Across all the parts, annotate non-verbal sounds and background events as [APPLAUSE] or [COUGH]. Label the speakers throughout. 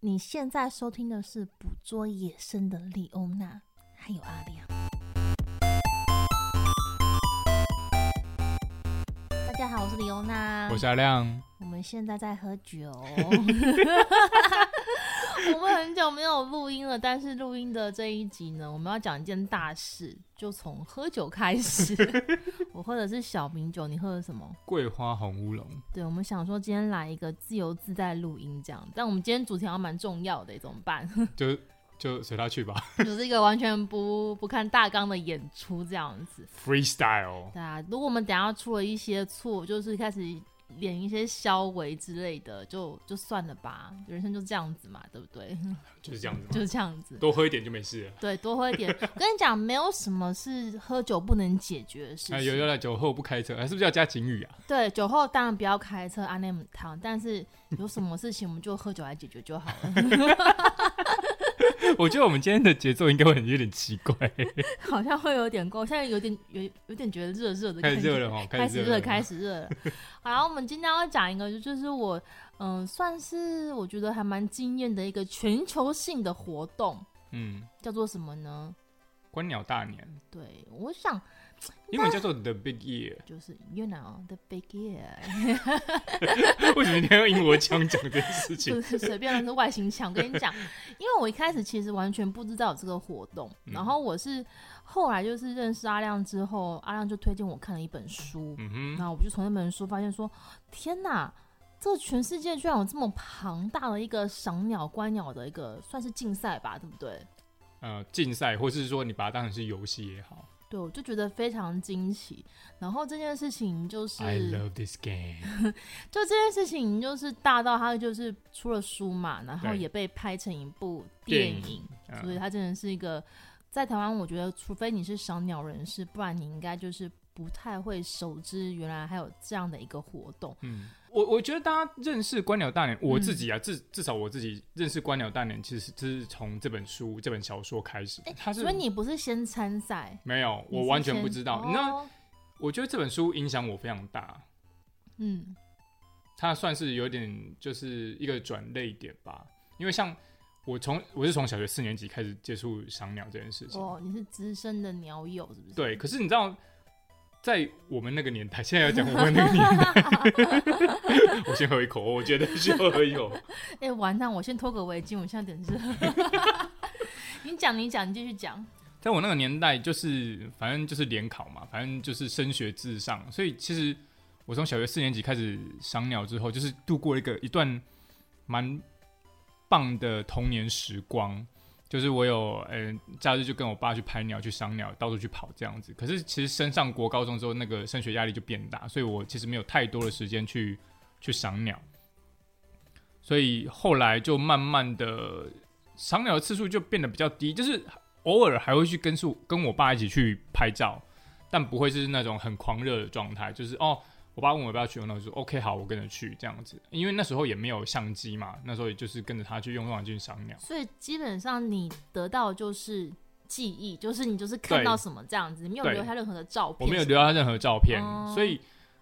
Speaker 1: 你现在收听的是《捕捉野生的莉欧娜》，还有阿亮。大家好，我是李欧娜，
Speaker 2: 我是阿亮，
Speaker 1: 我们现在在喝
Speaker 2: [LAUGHS]
Speaker 1: 酒。我们很久没有录音了，但是录音的这一集呢，我们要讲一件大事，就从喝酒开
Speaker 2: [LAUGHS]
Speaker 1: 始。我喝的是小米酒，你喝的什么？
Speaker 2: 桂花红乌龙。
Speaker 1: 对，我们想说今天来一个自由自在录音这样，但我们今天主题好像蛮重要的，怎么办？
Speaker 2: 就就随他去吧 [LAUGHS]
Speaker 1: 就是一个完全不不看大纲的演出这样子。
Speaker 2: ，freestyle。
Speaker 1: 对啊，如果我们等一下出了一些错，就是开始演一些消维之类的，就就算了吧，人生就这样子嘛，对不对？ [LAUGHS]
Speaker 2: 就是这样子嘛，
Speaker 1: 就是这样子。
Speaker 2: 多喝一点就没事了。
Speaker 1: 对，多喝一点。我跟你讲，没有什么是喝酒不能解决的事情。
Speaker 2: 哎，有有了，酒后不开车，哎，是不是要加警语啊？ [LAUGHS]
Speaker 1: 对，酒后当然不要开车，安内姆汤。但是有什么事情，我们就喝酒来解决就好了。 [LAUGHS]
Speaker 2: 我觉得我们今天的节奏应该会很有点奇
Speaker 1: [LAUGHS]
Speaker 2: 怪，
Speaker 1: 好像会有点够，现在有点有有点觉得热热的
Speaker 2: 开
Speaker 1: 感
Speaker 2: 始
Speaker 1: 觉，
Speaker 2: 热了哦，
Speaker 1: 开
Speaker 2: 始
Speaker 1: 热，
Speaker 2: 了，
Speaker 1: 开始热了。好，然后我们今天要讲一个，就就是我嗯、算是我觉得还蛮惊艳的一个全球性的活动，
Speaker 2: 嗯，
Speaker 1: 叫做什么呢？
Speaker 2: 观鸟大年，
Speaker 1: 对，我想
Speaker 2: 英文叫做 The Big Year。
Speaker 1: 就是越南哦 the big year， [LAUGHS]
Speaker 2: 为什么你要用英国腔讲这件事情
Speaker 1: 就？啊 [LAUGHS] 是随便乱是外形墙。我跟你讲，因为我一开始其实完全不知道有这个活动，
Speaker 2: 嗯
Speaker 1: 然后我是后来就是认识阿亮之后，阿亮就推荐我看了一本书，
Speaker 2: 嗯哼，
Speaker 1: 那我就从那本书发现说，天哪，这全世界居然有这么庞大的一个赏鸟、观鸟的一个算是竞赛吧，对不对？
Speaker 2: 呃，竞赛，或是说你把它当成是游戏也好。
Speaker 1: 对，我就觉得非常惊奇。然后这件事情就是
Speaker 2: I love this game。
Speaker 1: 就这件事情就是大到它就是出了书嘛，然后
Speaker 2: 对
Speaker 1: 也被拍成一部
Speaker 2: 电
Speaker 1: 电
Speaker 2: 影
Speaker 1: 影，
Speaker 2: 嗯
Speaker 1: 所以它真的是一个在台湾，我觉得除非你是赏鸟人士，不然你应该就是不太会熟知原来还有这样的一个活动。
Speaker 2: 嗯，我我觉得大家认识观鸟大
Speaker 1: 嗯
Speaker 2: 年，我自己啊，至至少我自己认识观鸟大年，其实是从这本书、这本小说开始的。它是
Speaker 1: 所以你不是先参赛，
Speaker 2: 没有，
Speaker 1: 你
Speaker 2: 我
Speaker 1: 是
Speaker 2: 完全
Speaker 1: 先
Speaker 2: 不知道。那
Speaker 1: 哦
Speaker 2: 我觉得这本书影响我非常大，
Speaker 1: 嗯，
Speaker 2: 它算是有点就是一个转类点吧。因为像我从我是从小学四年级开始接触赏鸟这件事情，
Speaker 1: 哦，你是资深的鸟友是不是？
Speaker 2: 对。可是你知道，在我们那个年代，现在要讲我们那个年代，
Speaker 1: [LAUGHS]
Speaker 2: [LAUGHS] 我先喝一口，我觉得需要喝一口。
Speaker 1: 哎、完蛋，我先脱个围巾，我现在等热。 [LAUGHS] 你讲，你讲，你继续讲。
Speaker 2: 在我那个年代，就是反正就是联考嘛，反正就是升学至上，所以其实我从小学四年级开始赏鸟之后，就是度过一个一段蛮棒的童年时光。就是我有，嗯、假日就跟我爸去拍鸟、去赏鸟，到处去跑这样子。可是其实升上国高中之后，那个升学压力就变大，所以我其实没有太多的时间去去赏鸟。所以后来就慢慢的赏鸟的次数就变得比较低，就是偶尔还会去跟是跟我爸一起去拍照，但不会是那种很狂热的状态，就是哦，我爸问我要不要去，我那我就说 OK 好，我跟着去这样子，因为那时候也没有相机嘛，那时候也就是跟着他去用望远镜赏鸟，
Speaker 1: 所以基本上你得到的就是记忆，就是你就是看
Speaker 2: 对
Speaker 1: 到什么这样子，你没有
Speaker 2: 对
Speaker 1: 留下任何的照片。
Speaker 2: 我没有留下任何照片，
Speaker 1: 哦
Speaker 2: 所以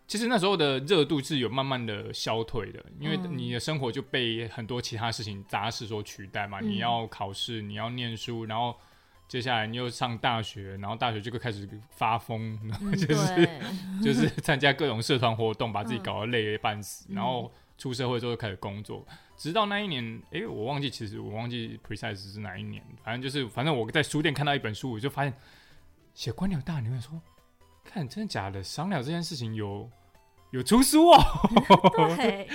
Speaker 2: 其实那时候的热度是有慢慢的消退的，因为
Speaker 1: 嗯
Speaker 2: 你的生活就被很多其他事情杂事所取代嘛，
Speaker 1: 嗯
Speaker 2: 你要考试，你要念书，然后。接下来你又上大学，然后大学就会开始发疯，然后
Speaker 1: 嗯，
Speaker 2: [LAUGHS] 就是
Speaker 1: 对，
Speaker 2: 就是 [LAUGHS] 参加各种社团活动，把自己搞得累得半死，
Speaker 1: 嗯
Speaker 2: 然后出社会之后就开始工作，直到那一年，诶、我忘记，其实我忘记 precise 是哪一年，反正就是，反正我在书店看到一本书，我就发现写观鸟大牛，我说，看真的假的，赏鸟这件事情有有出书哦，
Speaker 1: [LAUGHS]
Speaker 2: [LAUGHS]
Speaker 1: 对，啊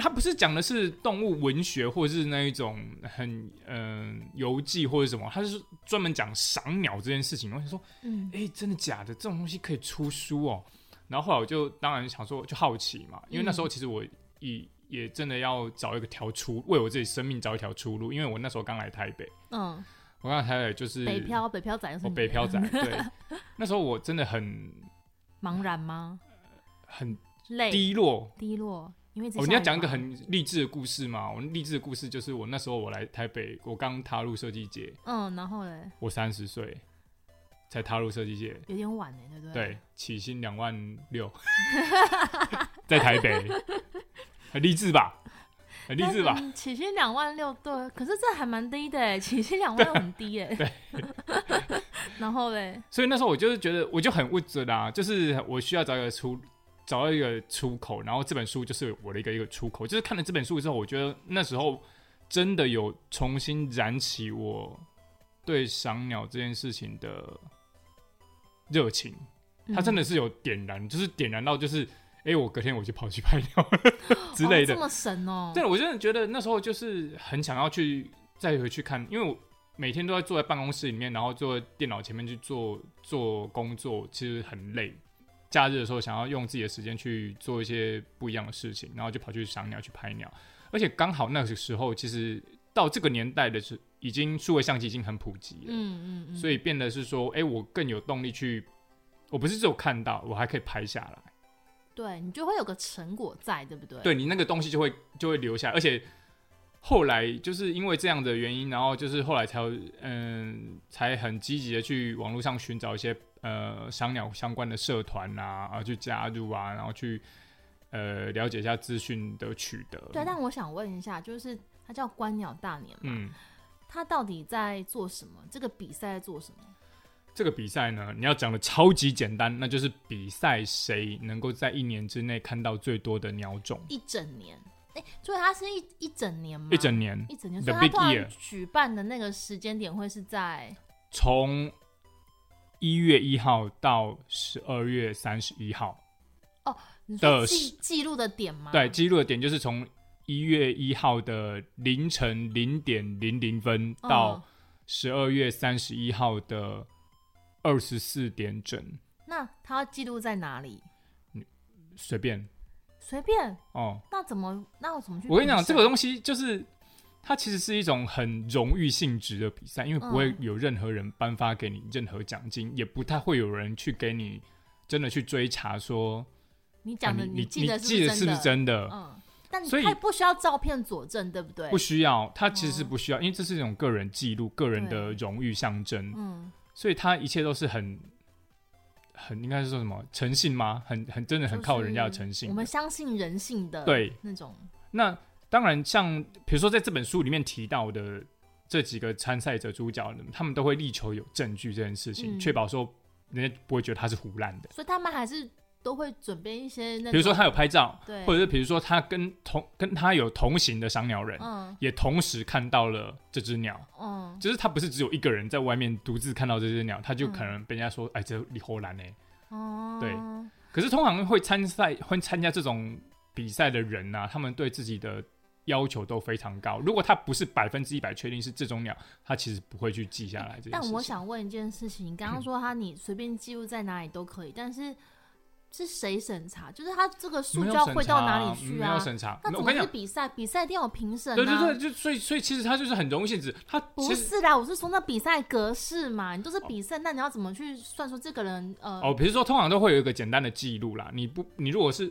Speaker 2: 它不是讲的是动物文学或者是那一种很嗯、游记或者什么，它是专门讲赏鸟这件事情，我想说。
Speaker 1: 嗯，
Speaker 2: 哎、真的假的？这种东西可以出书哦。然后后来我就当然想说，就好奇嘛，因为那时候
Speaker 1: 嗯
Speaker 2: 其实我也也真的要找一个条出，为我自己生命找一条出路。因为我那时候刚来台北，
Speaker 1: 嗯，
Speaker 2: 我刚来台北就是
Speaker 1: 北，漂，北漂仔就是
Speaker 2: 我
Speaker 1: 你
Speaker 2: 北
Speaker 1: [LAUGHS]
Speaker 2: 漂仔。对，那时候我真的很
Speaker 1: 茫然吗？
Speaker 2: 很
Speaker 1: 累，
Speaker 2: 低落。
Speaker 1: 低落，因为只
Speaker 2: 哦，
Speaker 1: 下
Speaker 2: 你要
Speaker 1: 雨
Speaker 2: 讲一个
Speaker 1: 嘛，
Speaker 2: 很励志的故事嘛？我励志的故事就是我那时候我来台北，我刚踏入设计界，
Speaker 1: 嗯，然后嘞，
Speaker 2: 我三十岁才踏入设计界，
Speaker 1: 有点晚呢，对不对？
Speaker 2: 对，起薪
Speaker 1: [LAUGHS]
Speaker 2: 两 [LAUGHS] 万六，在台北，很励志吧？很励志吧？
Speaker 1: 但是起薪两万六，对，可是这还蛮低的哎， [LAUGHS] 起薪两万很低哎。对。 [LAUGHS] 然后嘞，
Speaker 2: 所以那时候我就是觉得，我就很物质啦，就是我需要找一个出，找到一个出口，然后这本书就是我的一个一个出口。就是看了这本书之后，我觉得那时候真的有重新燃起我对赏鸟这件事情的热情，
Speaker 1: 嗯
Speaker 2: 它真的是有点燃，就是点燃到就是，哎、我隔天我就跑去拍
Speaker 1: [LAUGHS]
Speaker 2: 鸟了之类
Speaker 1: 哦、
Speaker 2: 的
Speaker 1: 这。么神哦。
Speaker 2: 对，我真的觉得那时候就是很想要去再回去看，因为我每天都在坐在办公室里面，然后坐在电脑前面去做做工作，其实很累。假日的时候想要用自己的时间去做一些不一样的事情，然后就跑去赏鸟、去拍鸟，而且刚好那个时候其实到这个年代的是已经数位相机已经很普及了，
Speaker 1: 嗯嗯嗯。
Speaker 2: 所以变得是说，哎、我更有动力去，我不是只有看到，我还可以拍下来。
Speaker 1: 对你就会有个成果在，对不对？
Speaker 2: 对你那个东西就会就会留下来，而且后来就是因为这样的原因，然后就是后来才有嗯才很积极的去网络上寻找一些呃赏鸟相关的社团啊，啊去加入啊，然后去呃了解一下资讯的取得。
Speaker 1: 对，但我想问一下，就是它叫观鸟大年嘛，
Speaker 2: 嗯，
Speaker 1: 它到底在做什么？这个比赛在做什么？
Speaker 2: 这个比赛呢，你要讲的超级简单，那就是比赛谁能够在一年之内看到最多的鸟种，
Speaker 1: 一整年，哎、所以它是一一整年吗？
Speaker 2: 一整年。
Speaker 1: 一整年，所
Speaker 2: The
Speaker 1: 以它
Speaker 2: big
Speaker 1: 突然
Speaker 2: year
Speaker 1: 举办的那个时间点会是在
Speaker 2: 从一月一号到十二月三十一号，
Speaker 1: 你说
Speaker 2: 的
Speaker 1: 记
Speaker 2: 时
Speaker 1: 记录的点吗？
Speaker 2: 对，，记录的点就是从一月一号的凌晨零点零零分
Speaker 1: 哦嗯
Speaker 2: 到十二月三十一号的二十四点整，
Speaker 1: 那它要记录在哪里？
Speaker 2: 随便
Speaker 1: 随便，
Speaker 2: 哦。
Speaker 1: 那怎么那我怎么去评审？
Speaker 2: 我跟你讲，这个东西就是它其实是一种很荣誉性质的比赛，因为不会
Speaker 1: 嗯
Speaker 2: 有任何人颁发给你任何奖金，也不太会有人去给你真的去追查说
Speaker 1: 你讲的，
Speaker 2: 啊你
Speaker 1: 记得
Speaker 2: 你记得
Speaker 1: 是
Speaker 2: 是不是
Speaker 1: 真的？哦
Speaker 2: 真的？
Speaker 1: 嗯，但你
Speaker 2: 所以
Speaker 1: 它也不需要照片佐证，对不对？
Speaker 2: 不需要，它其实是不需要，因为这是一种个人记录、个人的
Speaker 1: 哦对
Speaker 2: 荣誉象征，
Speaker 1: 嗯，
Speaker 2: 所以它一切都是很很应该是说什么诚信吗？很很真的很靠人家的诚信
Speaker 1: 我。们相信人性的
Speaker 2: 对，
Speaker 1: 那种，
Speaker 2: 那当然像比如说在这本书里面提到的这几个参赛者主角，他们都会力求有证据这件事情，
Speaker 1: 嗯
Speaker 2: 确、保说人家不会觉得他是胡乱的。
Speaker 1: 所以他们还是都会准备一些那种，
Speaker 2: 比如说他有拍照，
Speaker 1: 对，
Speaker 2: 或者是比如说他跟同跟他有同行的赏鸟人，
Speaker 1: 嗯
Speaker 2: 也同时看到了这只鸟。
Speaker 1: 嗯，
Speaker 2: 就是他不是只有一个人在外面独自看到这只鸟，他就可能被人家说，哎，这李侯兰呢。
Speaker 1: 哦，
Speaker 2: 对可是通常会参赛、会参加这种比赛的人呐、他们对自己的要求都非常高。如果他不是百分之一百确定是这种鸟，他其实不会去记下来这件事情。嗯
Speaker 1: 但我想问一件事情，你刚刚说他你随便记录在哪里都可以，但是是谁审查？就是他这个塑
Speaker 2: 没有
Speaker 1: 胶
Speaker 2: 审
Speaker 1: 会
Speaker 2: 查嗯
Speaker 1: 到哪里去
Speaker 2: 没有
Speaker 1: 啊？
Speaker 2: 审查。
Speaker 1: 那
Speaker 2: 我
Speaker 1: 怎么
Speaker 2: 跟你
Speaker 1: 是
Speaker 2: 讲，
Speaker 1: 比赛？比赛一定有评审啊！
Speaker 2: 对对对，就所以所以其实他就是很荣誉性质，他
Speaker 1: 不
Speaker 2: 其实。
Speaker 1: 是啦，我是说那比赛格式嘛，你都是比赛，那你要怎么去算出这个人呃？
Speaker 2: 哦，比如说，通常都会有一个简单的记录啦。你不，你如果是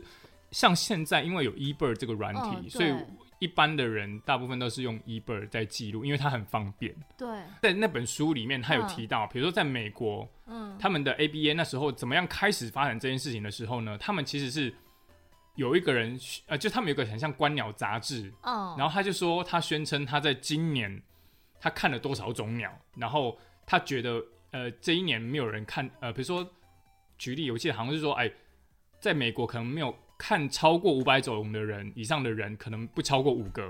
Speaker 2: 像现在，因为有 eBird 这个软体，
Speaker 1: 嗯
Speaker 2: 所以
Speaker 1: 对
Speaker 2: 一般的人大部分都是用 eBird 在记录，因为它很方便。
Speaker 1: 对，
Speaker 2: 在那本书里面，他有
Speaker 1: 嗯
Speaker 2: 提到，比如说在美国，
Speaker 1: 嗯
Speaker 2: 他们的 ABA 那时候怎么样开始发展这件事情的时候呢？他们其实是有一个人，呃，就他们有一个很像观鸟杂志，
Speaker 1: 嗯，
Speaker 2: 然后他就说，他宣称他在今年他看了多少种鸟，然后他觉得呃这一年没有人看，呃比如说举例，我记得好像是说，哎，在美国可能没有看超过五百种的人以上的人，可能不超过五个。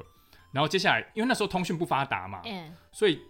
Speaker 2: 然后接下来，因为那时候通讯不发达嘛，
Speaker 1: 哎、
Speaker 2: 所以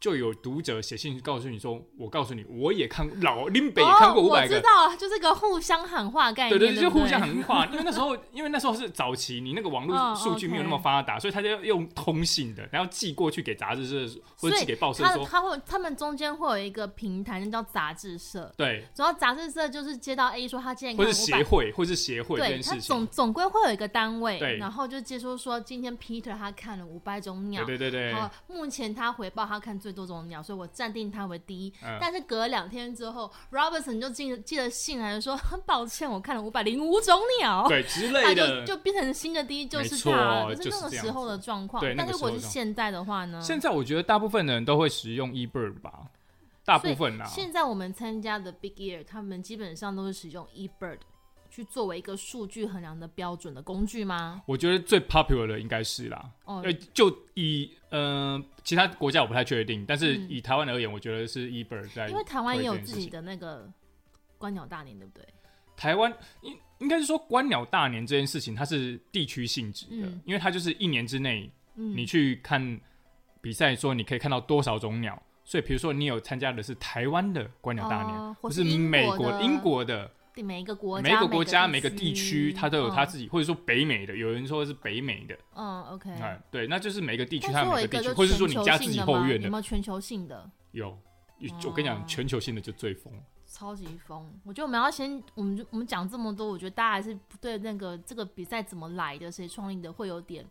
Speaker 2: 就有读者写信告诉你说，我告诉你，我也看老林北也
Speaker 1: 哦，
Speaker 2: 看过五
Speaker 1: 我
Speaker 2: 百
Speaker 1: 知
Speaker 2: 个。
Speaker 1: 道，就是个互相喊话概
Speaker 2: 对
Speaker 1: 念，
Speaker 2: 对，
Speaker 1: 对
Speaker 2: 就
Speaker 1: 不对，
Speaker 2: 是互相喊话，因为那时候， [LAUGHS] 因为那时候是早期，你那个网
Speaker 1: 哦
Speaker 2: 络数据没有那么
Speaker 1: OK
Speaker 2: 发达，所以他就用通信的，然后寄过去给杂志社或者寄给报社
Speaker 1: 他
Speaker 2: 说，
Speaker 1: 他会他们中间会有一个平台，那叫杂志社。
Speaker 2: 对，
Speaker 1: 主要杂志社就是接到 A 说他今天
Speaker 2: 或
Speaker 1: 看
Speaker 2: 是
Speaker 1: 五百
Speaker 2: 协会，或是协会这
Speaker 1: 对
Speaker 2: 件
Speaker 1: 他
Speaker 2: 事
Speaker 1: 总
Speaker 2: 情，
Speaker 1: 总归会有一个单位，
Speaker 2: 对
Speaker 1: 然后就接收说今天 Peter 他看了五百种鸟
Speaker 2: 对，对对对，
Speaker 1: 好，目前他回报他看最多种鸟，所以我暂定他为第一。
Speaker 2: 嗯
Speaker 1: 但是隔了两天之后，Robertson 就寄寄了信来说， [LAUGHS] 很抱歉，我看了五百零五种鸟。
Speaker 2: [LAUGHS] 对之
Speaker 1: 他
Speaker 2: 类
Speaker 1: 就
Speaker 2: 的。
Speaker 1: 就变成新的第一就是他
Speaker 2: 没错
Speaker 1: 了，是
Speaker 2: 就是
Speaker 1: 那个
Speaker 2: 这样
Speaker 1: 时候的状况
Speaker 2: 对。那
Speaker 1: 但
Speaker 2: 个
Speaker 1: 如果
Speaker 2: 时
Speaker 1: 是
Speaker 2: 候的状
Speaker 1: 现在的话呢？
Speaker 2: 现在我觉得大部分人都会使用 eBird 吧，大部分啦，啊
Speaker 1: 现在我们参加的 Big Ear，他们基本上都是使用 eBird 去作为一个数据衡量的标准的工具吗？
Speaker 2: 我觉得最 popular 的应该是啦，
Speaker 1: 哦
Speaker 2: 呃，，就以呃其他国家我不太确定，但是
Speaker 1: 嗯
Speaker 2: 以台湾而言，我觉得是 Eber 在
Speaker 1: 因为台湾也有
Speaker 2: 推荐
Speaker 1: 自
Speaker 2: 事
Speaker 1: 己
Speaker 2: 情
Speaker 1: 的那个观鸟大年，对不对？
Speaker 2: 台湾应应该是说观鸟大年这件事情，它是地区性质的，
Speaker 1: 嗯
Speaker 2: 因为它就是一年之内
Speaker 1: 嗯，
Speaker 2: 你去看比赛，说你可以看到多少种鸟。所以，比如说你有参加的是台湾的观鸟大年，
Speaker 1: 哦
Speaker 2: 或
Speaker 1: 或
Speaker 2: 是
Speaker 1: 是英
Speaker 2: 美
Speaker 1: 国
Speaker 2: 国、
Speaker 1: 的啊
Speaker 2: 英国的
Speaker 1: 对每一个哦国家、
Speaker 2: 每个国家、每
Speaker 1: 每
Speaker 2: 个地区，它都有它自
Speaker 1: 己。
Speaker 2: 己，或者说北美的，有人说是北美的，
Speaker 1: 嗯嗯，OK。
Speaker 2: 哎，对，那就是每个地区它
Speaker 1: 但是
Speaker 2: 有
Speaker 1: 我
Speaker 2: 每
Speaker 1: 有
Speaker 2: 个
Speaker 1: 一
Speaker 2: 地
Speaker 1: 个就
Speaker 2: 区，或者是说你
Speaker 1: 全球
Speaker 2: 家
Speaker 1: 性
Speaker 2: 自己
Speaker 1: 的
Speaker 2: 后
Speaker 1: 吗
Speaker 2: 院的
Speaker 1: 有没有全球性的？
Speaker 2: 有。就我跟你
Speaker 1: 哦
Speaker 2: 讲，全球性的就最疯。
Speaker 1: 超级疯！我觉得我们要先，我们就我们讲这么多，我觉得大家还是不对那个这个比赛怎么来的，谁创立的，会有点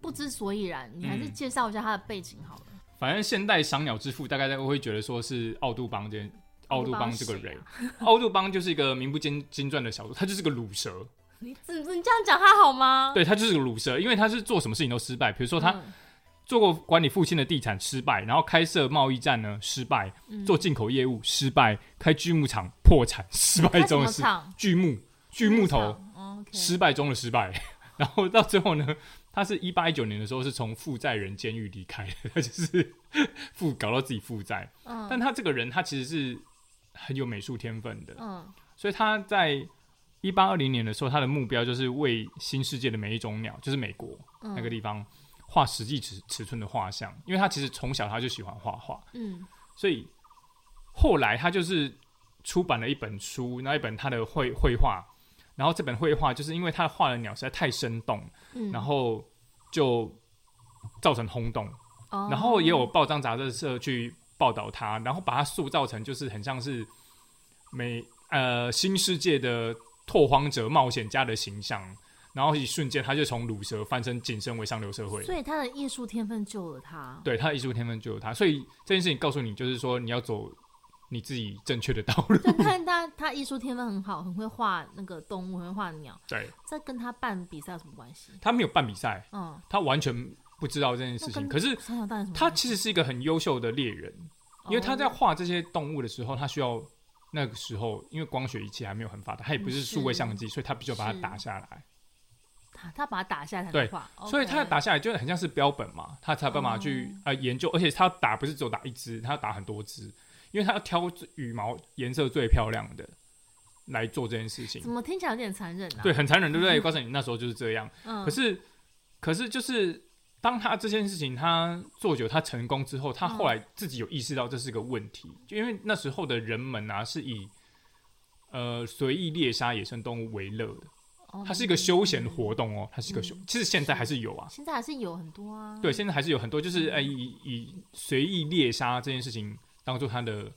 Speaker 1: 不知所以然。你还是
Speaker 2: 嗯
Speaker 1: 介绍一下它的背景好了。
Speaker 2: 反正现代赏鸟之父，大概大家会觉得说是奥杜邦这件奥杜邦这个
Speaker 1: 谁
Speaker 2: 人
Speaker 1: 啊，
Speaker 2: 奥杜邦就是一个名不经经传的小说，他就是个乳
Speaker 1: [LAUGHS]
Speaker 2: 蛇，
Speaker 1: 你怎你这样讲他好吗？
Speaker 2: 对他就是个乳蛇，因为他是做什么事情都失败，比如说他
Speaker 1: 嗯
Speaker 2: 做过管理父亲的地产失败，然后开设贸易站呢失败，
Speaker 1: 嗯
Speaker 2: 做进口业务失败，开锯木厂破产失败
Speaker 1: 他什
Speaker 2: 中
Speaker 1: 么
Speaker 2: 的失
Speaker 1: 厂？
Speaker 2: 锯木锯木头
Speaker 1: 厂哦，OK，
Speaker 2: 失败中的失败， [LAUGHS] 然后到最后呢，他是一八一九年的时候是从负债人监狱离开的，他就是负搞到自己负债。但
Speaker 1: 嗯
Speaker 2: 他这个人，他其实是很有美术天分的，
Speaker 1: 嗯
Speaker 2: 所以他在一八二零年的时候，他的目标就是为新世界的每一种鸟，就是美国
Speaker 1: 嗯
Speaker 2: 那个地方画实际尺尺寸的画像，因为他其实从小他就喜欢画画，
Speaker 1: 嗯
Speaker 2: 所以后来他就是出版了一本书，那一本他的绘绘画，然后这本绘画就是因为他画的鸟实在太生动，
Speaker 1: 嗯，
Speaker 2: 然后就造成轰动，
Speaker 1: 哦
Speaker 2: 然后也有报章杂志社去报道他，然后把他塑造成就是很像是美呃新世界的拓荒者冒险家的形象，然后一瞬间他就从乳蛇翻身晋升为上流社会。
Speaker 1: 所以他的艺术天分救了他。
Speaker 2: 对他的艺术天分就有他，所以这件事情告诉你，就是说你要走你自己正确的道路。
Speaker 1: 就看他，他艺术天分很好，很会画那个动物，很会画鸟，
Speaker 2: [LAUGHS] 对
Speaker 1: 这跟他办比赛有什么关系？
Speaker 2: 他没有办比赛，
Speaker 1: 嗯，
Speaker 2: 他完全不知道这件事情。
Speaker 1: 那跟
Speaker 2: 可是
Speaker 1: 小鸟蛋有什么
Speaker 2: 他
Speaker 1: 关系？
Speaker 2: 其实是一个很优秀的猎人，因为他在
Speaker 1: 哦
Speaker 2: 画这些动物的时候，他需要那个时候因为光学仪器还没有很发达，他也不是数位相机，所以他必须要把它
Speaker 1: 嗯是
Speaker 2: 打下来。
Speaker 1: 他他把它打下来才
Speaker 2: 对
Speaker 1: 能画，
Speaker 2: 所以
Speaker 1: OK
Speaker 2: 他打下来就很像是标本嘛，他才有办法去、
Speaker 1: 哦
Speaker 2: 呃研究，而且他打不是只有打一只，他要打很多只，因为他要挑羽毛颜色最漂亮的来做这件事情
Speaker 1: 怎。么听起来有点残忍啊？
Speaker 2: 对，，很残忍，对不对？告诉你那时候就是这样。
Speaker 1: 嗯，
Speaker 2: 可是，可是就是当他这件事情他做久，他成功之后，他后
Speaker 1: 嗯
Speaker 2: 来自己有意识到这是个问题，就因为那时候的人们啊是以呃随意猎杀野生动物为乐的，
Speaker 1: 哦
Speaker 2: 它是一个休闲活动哦，它是一个休，
Speaker 1: 嗯
Speaker 2: 其实现在还是有啊，
Speaker 1: 现在还是有很多啊。
Speaker 2: 对，，现在还是有很多就是
Speaker 1: 嗯
Speaker 2: 哎、以以随意猎杀这件事情当做他的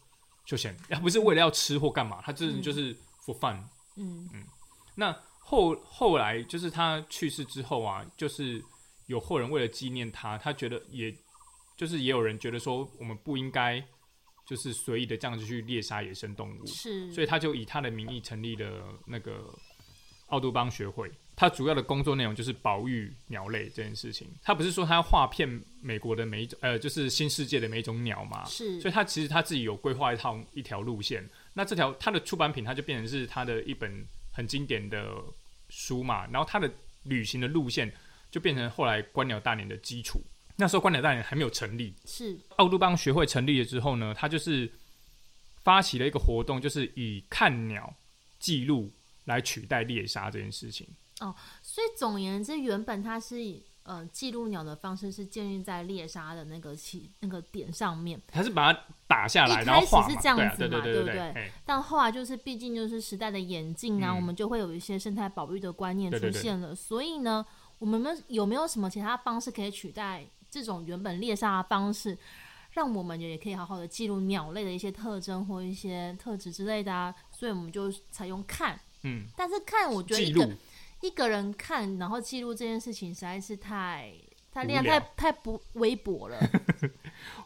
Speaker 2: 休闲，他不是为了要吃或干嘛，他真的
Speaker 1: 嗯
Speaker 2: 就是 for fun，、
Speaker 1: 嗯
Speaker 2: 那后后来就是他去世之后啊，就是有后人为了纪念他，他觉得也就是也有人觉得说，我们不应该就是随意的这样子去猎杀野生动物，
Speaker 1: 是，
Speaker 2: 所以他就以他的名义成立了那个奥杜邦学会。他主要的工作内容就是保育鸟类这件事情。他不是说他要划片美国的每一种，呃，就是新世界的每一种鸟吗？
Speaker 1: 是，
Speaker 2: 所以他其实他自己有规划一套一条路线。那这条他的出版品，它就变成是他的一本很经典的书嘛。然后他的旅行的路线就变成后来观鸟大年的基础。那时候观鸟大年还没有成立，
Speaker 1: 是
Speaker 2: 奥杜邦学会成立了之后呢，他就是发起了一个活动，就是以看鸟记录来取代猎杀这件事情。
Speaker 1: 所以总而言之，原本它是以呃记录鸟的方式是建立在猎杀的那个起那个点上面，
Speaker 2: 他是把它打下来，
Speaker 1: 一
Speaker 2: 然后
Speaker 1: 开始
Speaker 2: 画
Speaker 1: 是
Speaker 2: 嘛
Speaker 1: 这样
Speaker 2: 对啊
Speaker 1: 子
Speaker 2: 对对
Speaker 1: 嘛
Speaker 2: 对
Speaker 1: 对不
Speaker 2: 对
Speaker 1: 对
Speaker 2: 嘿
Speaker 1: 但后来就是，毕竟就是时代的演进啊，
Speaker 2: 嗯
Speaker 1: 我们就会有一些生态保育的观念
Speaker 2: 对
Speaker 1: 出
Speaker 2: 对对
Speaker 1: 现了。所以呢，我们们有没有什么其他方式可以取代这种原本猎杀的方式，让我们也可以好好的记录鸟类的一些特征或一些特质之类的啊？所以我们就采用看，
Speaker 2: 嗯，
Speaker 1: 但是看我觉得
Speaker 2: 记
Speaker 1: 一
Speaker 2: 录
Speaker 1: 个一个人看，然后记录这件事情实在是太。它力量
Speaker 2: 无聊
Speaker 1: 太太不微薄了，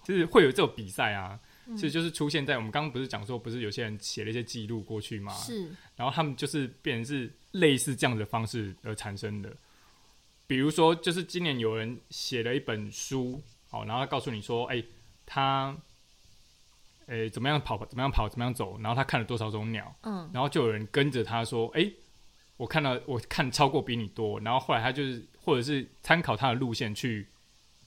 Speaker 2: 就是会有这种比赛啊，
Speaker 1: 嗯
Speaker 2: 其实就是出现在我们刚刚不是讲说，不是有些人写了一些记录过去嘛，
Speaker 1: 是
Speaker 2: 然后他们 [LAUGHS] 就是变成是类似这样的方式而产生的。比如说，就是今年有人写了一本书，好，然后他告诉你说，哎、他，哎、怎么样跑，怎么样跑，怎么样走，然后他看了多少种鸟，
Speaker 1: 嗯
Speaker 2: 然后就有人跟着他说，哎、我看到我看超过比你多，然后后来他就是或者是参考他的路线去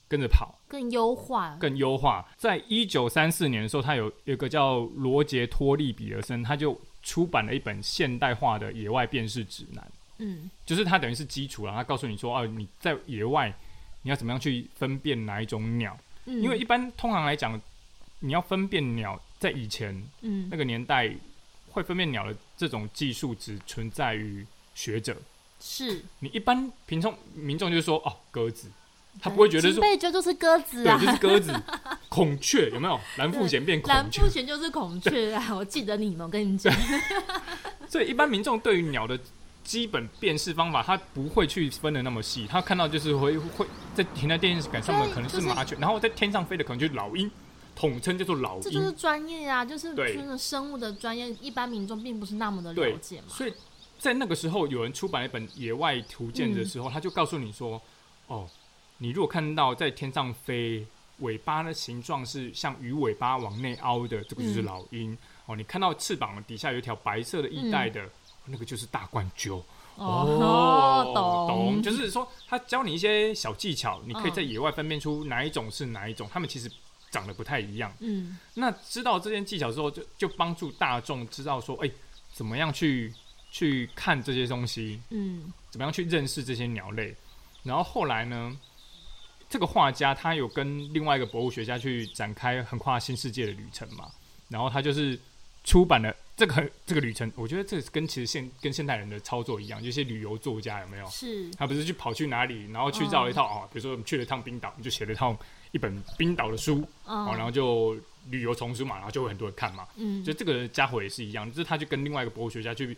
Speaker 2: 跟着跑，
Speaker 1: 更优化，
Speaker 2: 更优化。在一九三四年的时候，他有有个叫罗杰托利比尔森，他就出版了一本现代化的野外辨识指南，
Speaker 1: 嗯
Speaker 2: 就是他等于是基础了，他告诉你说，哦、你在野外你要怎么样去分辨哪一种鸟，
Speaker 1: 嗯，
Speaker 2: 因为一般通常来讲，你要分辨鸟，在以前
Speaker 1: 嗯
Speaker 2: 那个年代会分辨鸟的这种技术只存在于学者，
Speaker 1: 是，
Speaker 2: 你一般民众民众就是说哦鸽子，他
Speaker 1: 对
Speaker 2: 不会觉得
Speaker 1: 金
Speaker 2: 说
Speaker 1: 贝就就是鸽子啊 [LAUGHS]
Speaker 2: 对，，就是鸽子，孔雀有没有？蓝腹鹇变
Speaker 1: 蓝
Speaker 2: 孔雀
Speaker 1: 腹，鹇就是孔雀啊，我记得你们，我跟你讲，
Speaker 2: [LAUGHS] 所以一般民众对于鸟的基本辨识方法，他不会去分的那么细，他看到就是会会在停在电线杆上
Speaker 1: 所
Speaker 2: 的
Speaker 1: 以
Speaker 2: 可能
Speaker 1: 就是
Speaker 2: 是麻雀，然后在天上飞的可能就是老鹰，统称叫做老
Speaker 1: 这就
Speaker 2: 鹰
Speaker 1: 是。专业啊，就是
Speaker 2: 对
Speaker 1: 真的生物的专业，一般民众并不是那么的
Speaker 2: 对
Speaker 1: 了解嘛，
Speaker 2: 所以在那个时候，有人出版一本《野外图鉴》的时候，他就告诉你说：“
Speaker 1: 嗯
Speaker 2: 哦，你如果看到在天上飞，尾巴的形状是像鱼尾巴往内凹的，这个就
Speaker 1: 嗯
Speaker 2: 是
Speaker 1: 嗯
Speaker 2: 老鹰；哦，你看到翅膀底下有一条白色的翼带的，那个就是大冠鸠。”
Speaker 1: 哦懂
Speaker 2: 哦懂，就是说他教你一些小技巧，你可以
Speaker 1: 嗯
Speaker 2: 在野外分辨出哪一种是哪一种，它们其实长得不太一样。
Speaker 1: 嗯
Speaker 2: 那知道这些技巧之后，就就帮助大众知道说，哎、怎么样去去看这些东西，
Speaker 1: 嗯
Speaker 2: 怎么样去认识这些鸟类。然后后来呢，这个画家他有跟另外一个博物学家去展开横跨新世界的旅程嘛，然后他就是出版了这个这个旅程，我觉得这跟其实现跟现代人的操作一样，有些旅游作家有没有？
Speaker 1: 是，
Speaker 2: 他不是去跑去哪里，然后去绕了一套啊、哦比如说我们去了一趟冰岛，我们就写了一套一本冰岛的书，
Speaker 1: 嗯
Speaker 2: 哦，然后就旅游丛书嘛，然后就会很多人看嘛。
Speaker 1: 嗯
Speaker 2: 就这个家伙也是一样，就是他就跟另外一个博物学家去，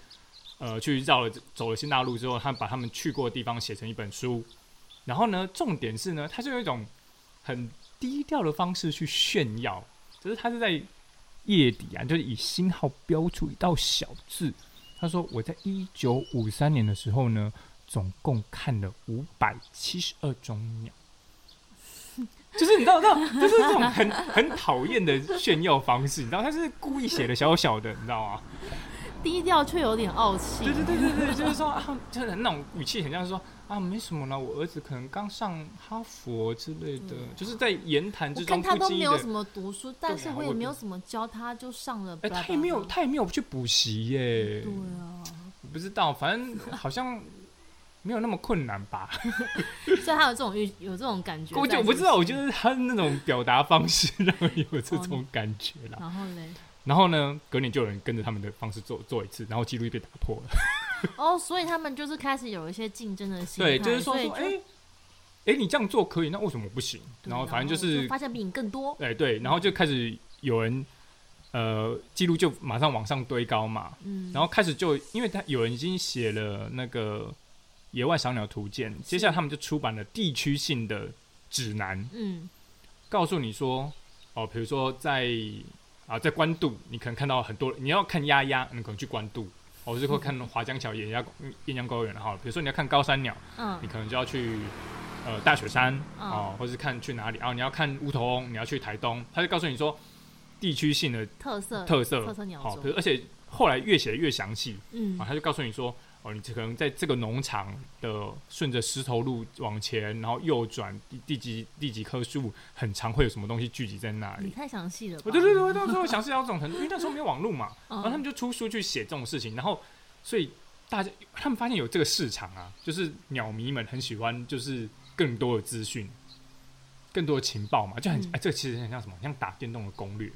Speaker 2: 呃，去绕了走了新大陆之后，他把他们去过的地方写成一本书。然后呢，重点是呢，他是用一种很低调的方式去炫耀，就是他是在夜底啊，就是以星号标出一道小字。他说：“我在一九五三年的时候呢，总共看了五百七十二种鸟。”就是你知道，你知道，就是这种很很讨厌的炫耀方式，你知道，他是故意写的小小的，你知道吗？
Speaker 1: 低调却有点傲气
Speaker 2: 对，对对对对，就是说啊，就是那种语气很像是说啊，没什么啦，我儿子可能刚上哈佛之类的，就是在言谈之
Speaker 1: 嗯我看
Speaker 2: 中
Speaker 1: 他
Speaker 2: 不
Speaker 1: 都
Speaker 2: 经
Speaker 1: 没
Speaker 2: 意
Speaker 1: 有
Speaker 2: 的
Speaker 1: 什。么读书，但是
Speaker 2: 对啊
Speaker 1: 我也
Speaker 2: 我
Speaker 1: 没有怎么教他，就上了。
Speaker 2: 哎、他也没有，他也没有去补习耶，
Speaker 1: 对啊，
Speaker 2: 我不知道，反正好像没有那么困难
Speaker 1: [LAUGHS]
Speaker 2: 吧。
Speaker 1: 所以他有这种欲，有这种感觉在。
Speaker 2: 我就我不知道，
Speaker 1: 是
Speaker 2: 我
Speaker 1: 是
Speaker 2: 觉。得他那种表达方式让人有这
Speaker 1: 哦
Speaker 2: 种感觉啦。
Speaker 1: 然后嘞，
Speaker 2: 然后呢，隔年就有人跟着他们的方式做做一次，然后记录就被打破了。
Speaker 1: 哦，所以他们就是开始有一些竞争的心态，
Speaker 2: 对，就是说
Speaker 1: 所以
Speaker 2: 说，哎、哎、你这样做可以，那为什么不行？
Speaker 1: 对
Speaker 2: 然后反正就
Speaker 1: 然后
Speaker 2: 是，
Speaker 1: 发现比你更多，
Speaker 2: 哎、对，然后就开始有人，呃，记录就马上往上堆高嘛，
Speaker 1: 嗯，
Speaker 2: 然后开始就，因为他有人已经写了那个《野外赏鸟图鉴》，接下来他们就出版了地区性的指南，
Speaker 1: 嗯
Speaker 2: 告诉你说，哦，比如说在啊，在关渡，你可能看到很多，你要看鸭鸭，你可能去关渡。哦，或是会
Speaker 1: 嗯
Speaker 2: 看华江桥、岩鸭、岩江公园，嗯哈，比如说你要看高山鸟，
Speaker 1: 嗯
Speaker 2: 你可能就要去呃大雪山
Speaker 1: 嗯
Speaker 2: 哦，或是看去哪里啊、哦？你要看乌头翁，你要去台东，他就告诉你说地区性的
Speaker 1: 特色
Speaker 2: 特色，
Speaker 1: 嗯特色鸟
Speaker 2: 好、比
Speaker 1: 种，
Speaker 2: 如而且后来越写越详细
Speaker 1: 嗯
Speaker 2: 啊，他就告诉你说哦，你可能在这个农场的顺着石头路往前，然后右转第第几第几棵树很长会有什么东西聚集在那
Speaker 1: 你
Speaker 2: 里。
Speaker 1: 太详细了吧，
Speaker 2: 我哎哦对对对，我到时候想是要这种很，因为那时候没有网络嘛，然后
Speaker 1: 嗯
Speaker 2: 他们就出书去写这种事情，然后所以大家他们发现有这个市场啊，就是鸟迷们很喜欢，就是更多的资讯，更多的情报嘛，就很、
Speaker 1: 嗯
Speaker 2: 哎，这其实很像什么，很像打电动的攻略，对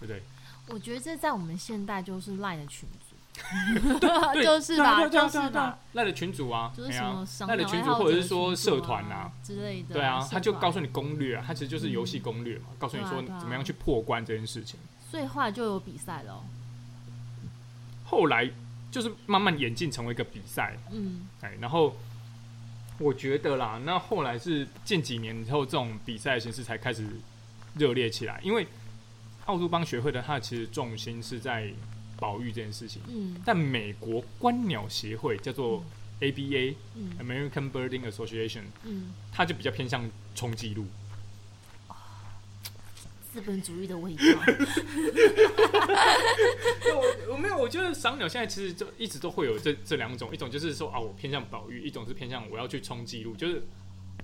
Speaker 2: 不对？
Speaker 1: 我觉得这在我们现代就是赖的群组，
Speaker 2: [LAUGHS]
Speaker 1: [LAUGHS]
Speaker 2: 对
Speaker 1: 就是
Speaker 2: 对啊
Speaker 1: 吧，
Speaker 2: 对啊
Speaker 1: 就
Speaker 2: 对啊
Speaker 1: 是
Speaker 2: 对
Speaker 1: 吧
Speaker 2: 啊，，赖的群主啊，
Speaker 1: 就是
Speaker 2: 哎
Speaker 1: 什
Speaker 2: 呀
Speaker 1: 么赏
Speaker 2: 赖的
Speaker 1: 鸟
Speaker 2: 群
Speaker 1: 爱
Speaker 2: 主
Speaker 1: 好
Speaker 2: 或者
Speaker 1: 者
Speaker 2: 是说
Speaker 1: 群组
Speaker 2: 社团
Speaker 1: 啊
Speaker 2: 啊
Speaker 1: 之类的，
Speaker 2: 对啊
Speaker 1: 社，
Speaker 2: 他就
Speaker 1: 团嗯
Speaker 2: 告诉你攻略啊，他其实就是游戏攻略嘛，告诉你
Speaker 1: 对啊
Speaker 2: 说
Speaker 1: 对啊
Speaker 2: 怎么样去破关这件事情。
Speaker 1: 所以后来就有比赛了哦、
Speaker 2: 后来就是慢慢演进成为一个比赛，
Speaker 1: 嗯
Speaker 2: 哎，然后我觉得啦，那后来是近几年之后，这种比赛形式才开始热烈起来，因为奥杜邦学会的它其实重心是在保育这件事情，
Speaker 1: 嗯
Speaker 2: 但美国观鸟协会叫做 ABA
Speaker 1: 嗯
Speaker 2: American Birding Association，
Speaker 1: 嗯，
Speaker 2: 它就比较偏向冲记录。
Speaker 1: 资本主义的
Speaker 2: [LAUGHS]
Speaker 1: 味道。
Speaker 2: 我我没有，我觉得赏鸟现在其实就一直都会有这这两种，一种就是说啊，我偏向保育，一种是偏向我要去冲记录，就是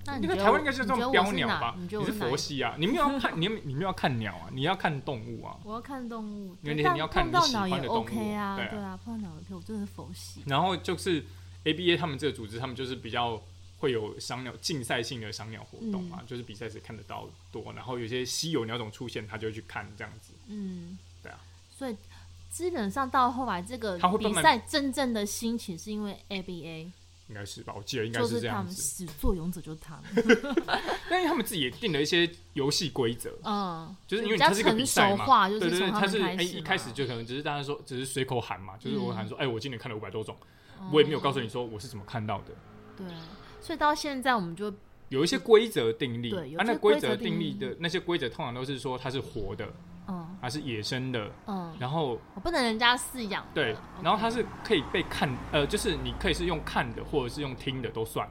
Speaker 1: 那你觉
Speaker 2: 因为
Speaker 1: 得
Speaker 2: 台湾应该就是这
Speaker 1: 你觉得
Speaker 2: 种
Speaker 1: 我
Speaker 2: 标
Speaker 1: 是
Speaker 2: 鸟
Speaker 1: 哪
Speaker 2: 吧？
Speaker 1: 你
Speaker 2: 你
Speaker 1: 觉得我
Speaker 2: 是
Speaker 1: 是哪一
Speaker 2: 佛系啊，你没有要看你你没有要看鸟啊，你要看动物啊。
Speaker 1: 我要看动物，
Speaker 2: 因为你
Speaker 1: 但
Speaker 2: 你要看
Speaker 1: 碰
Speaker 2: 你
Speaker 1: 到
Speaker 2: 喜
Speaker 1: 鸟
Speaker 2: 欢
Speaker 1: 也
Speaker 2: 的动物
Speaker 1: OK 啊，
Speaker 2: 对啊
Speaker 1: 对啊，碰到鸟 OK，我真的是佛系。
Speaker 2: 然后就是 ABA 他们这个组织，他们就是比较会有赏鸟竞赛性的赏鸟活动
Speaker 1: 嗯
Speaker 2: 嘛，就是比赛时看得到多，然后有些稀有鸟种出现，他就会去看这样子。
Speaker 1: 嗯，
Speaker 2: 对啊，
Speaker 1: 所以基本上到后来这个
Speaker 2: 它会慢
Speaker 1: 比
Speaker 2: 慢
Speaker 1: 赛真正的兴起是因为 ABA，
Speaker 2: 应该是吧，我记得应该
Speaker 1: 就是
Speaker 2: 这
Speaker 1: 他
Speaker 2: 样
Speaker 1: 们
Speaker 2: 子，
Speaker 1: 始作俑者就是他
Speaker 2: [LAUGHS]
Speaker 1: 们，
Speaker 2: 但是他们自己也定了一些游戏规则，
Speaker 1: 嗯，
Speaker 2: 就是因
Speaker 1: 比
Speaker 2: 为
Speaker 1: 较
Speaker 2: 它是一个
Speaker 1: 成
Speaker 2: 比赛
Speaker 1: 熟
Speaker 2: 嘛，
Speaker 1: 化，就
Speaker 2: 对对
Speaker 1: 从
Speaker 2: 对，
Speaker 1: 他
Speaker 2: 它
Speaker 1: 们
Speaker 2: 是哎、
Speaker 1: 始
Speaker 2: 一
Speaker 1: 嘛
Speaker 2: 开始就可能只是大家说只是随口喊嘛，就是我喊说哎、我今年看了五百多种，
Speaker 1: 嗯
Speaker 2: 我也没有告诉你说我是怎么看到的，
Speaker 1: 对，所以到现在我们就
Speaker 2: 有一些规则定立，
Speaker 1: 对有
Speaker 2: 啊
Speaker 1: 一
Speaker 2: 那
Speaker 1: 些
Speaker 2: 规
Speaker 1: 规
Speaker 2: 则
Speaker 1: 则
Speaker 2: 定
Speaker 1: 定
Speaker 2: 立
Speaker 1: 义
Speaker 2: 的那些规则通常都是说它是活的，
Speaker 1: 嗯
Speaker 2: 它是野生的，
Speaker 1: 嗯，
Speaker 2: 然后
Speaker 1: 我不能人家饲养的，
Speaker 2: 对
Speaker 1: OK，
Speaker 2: 然后它是可以被看，呃，就是你可以是用看的或者是用听的都算，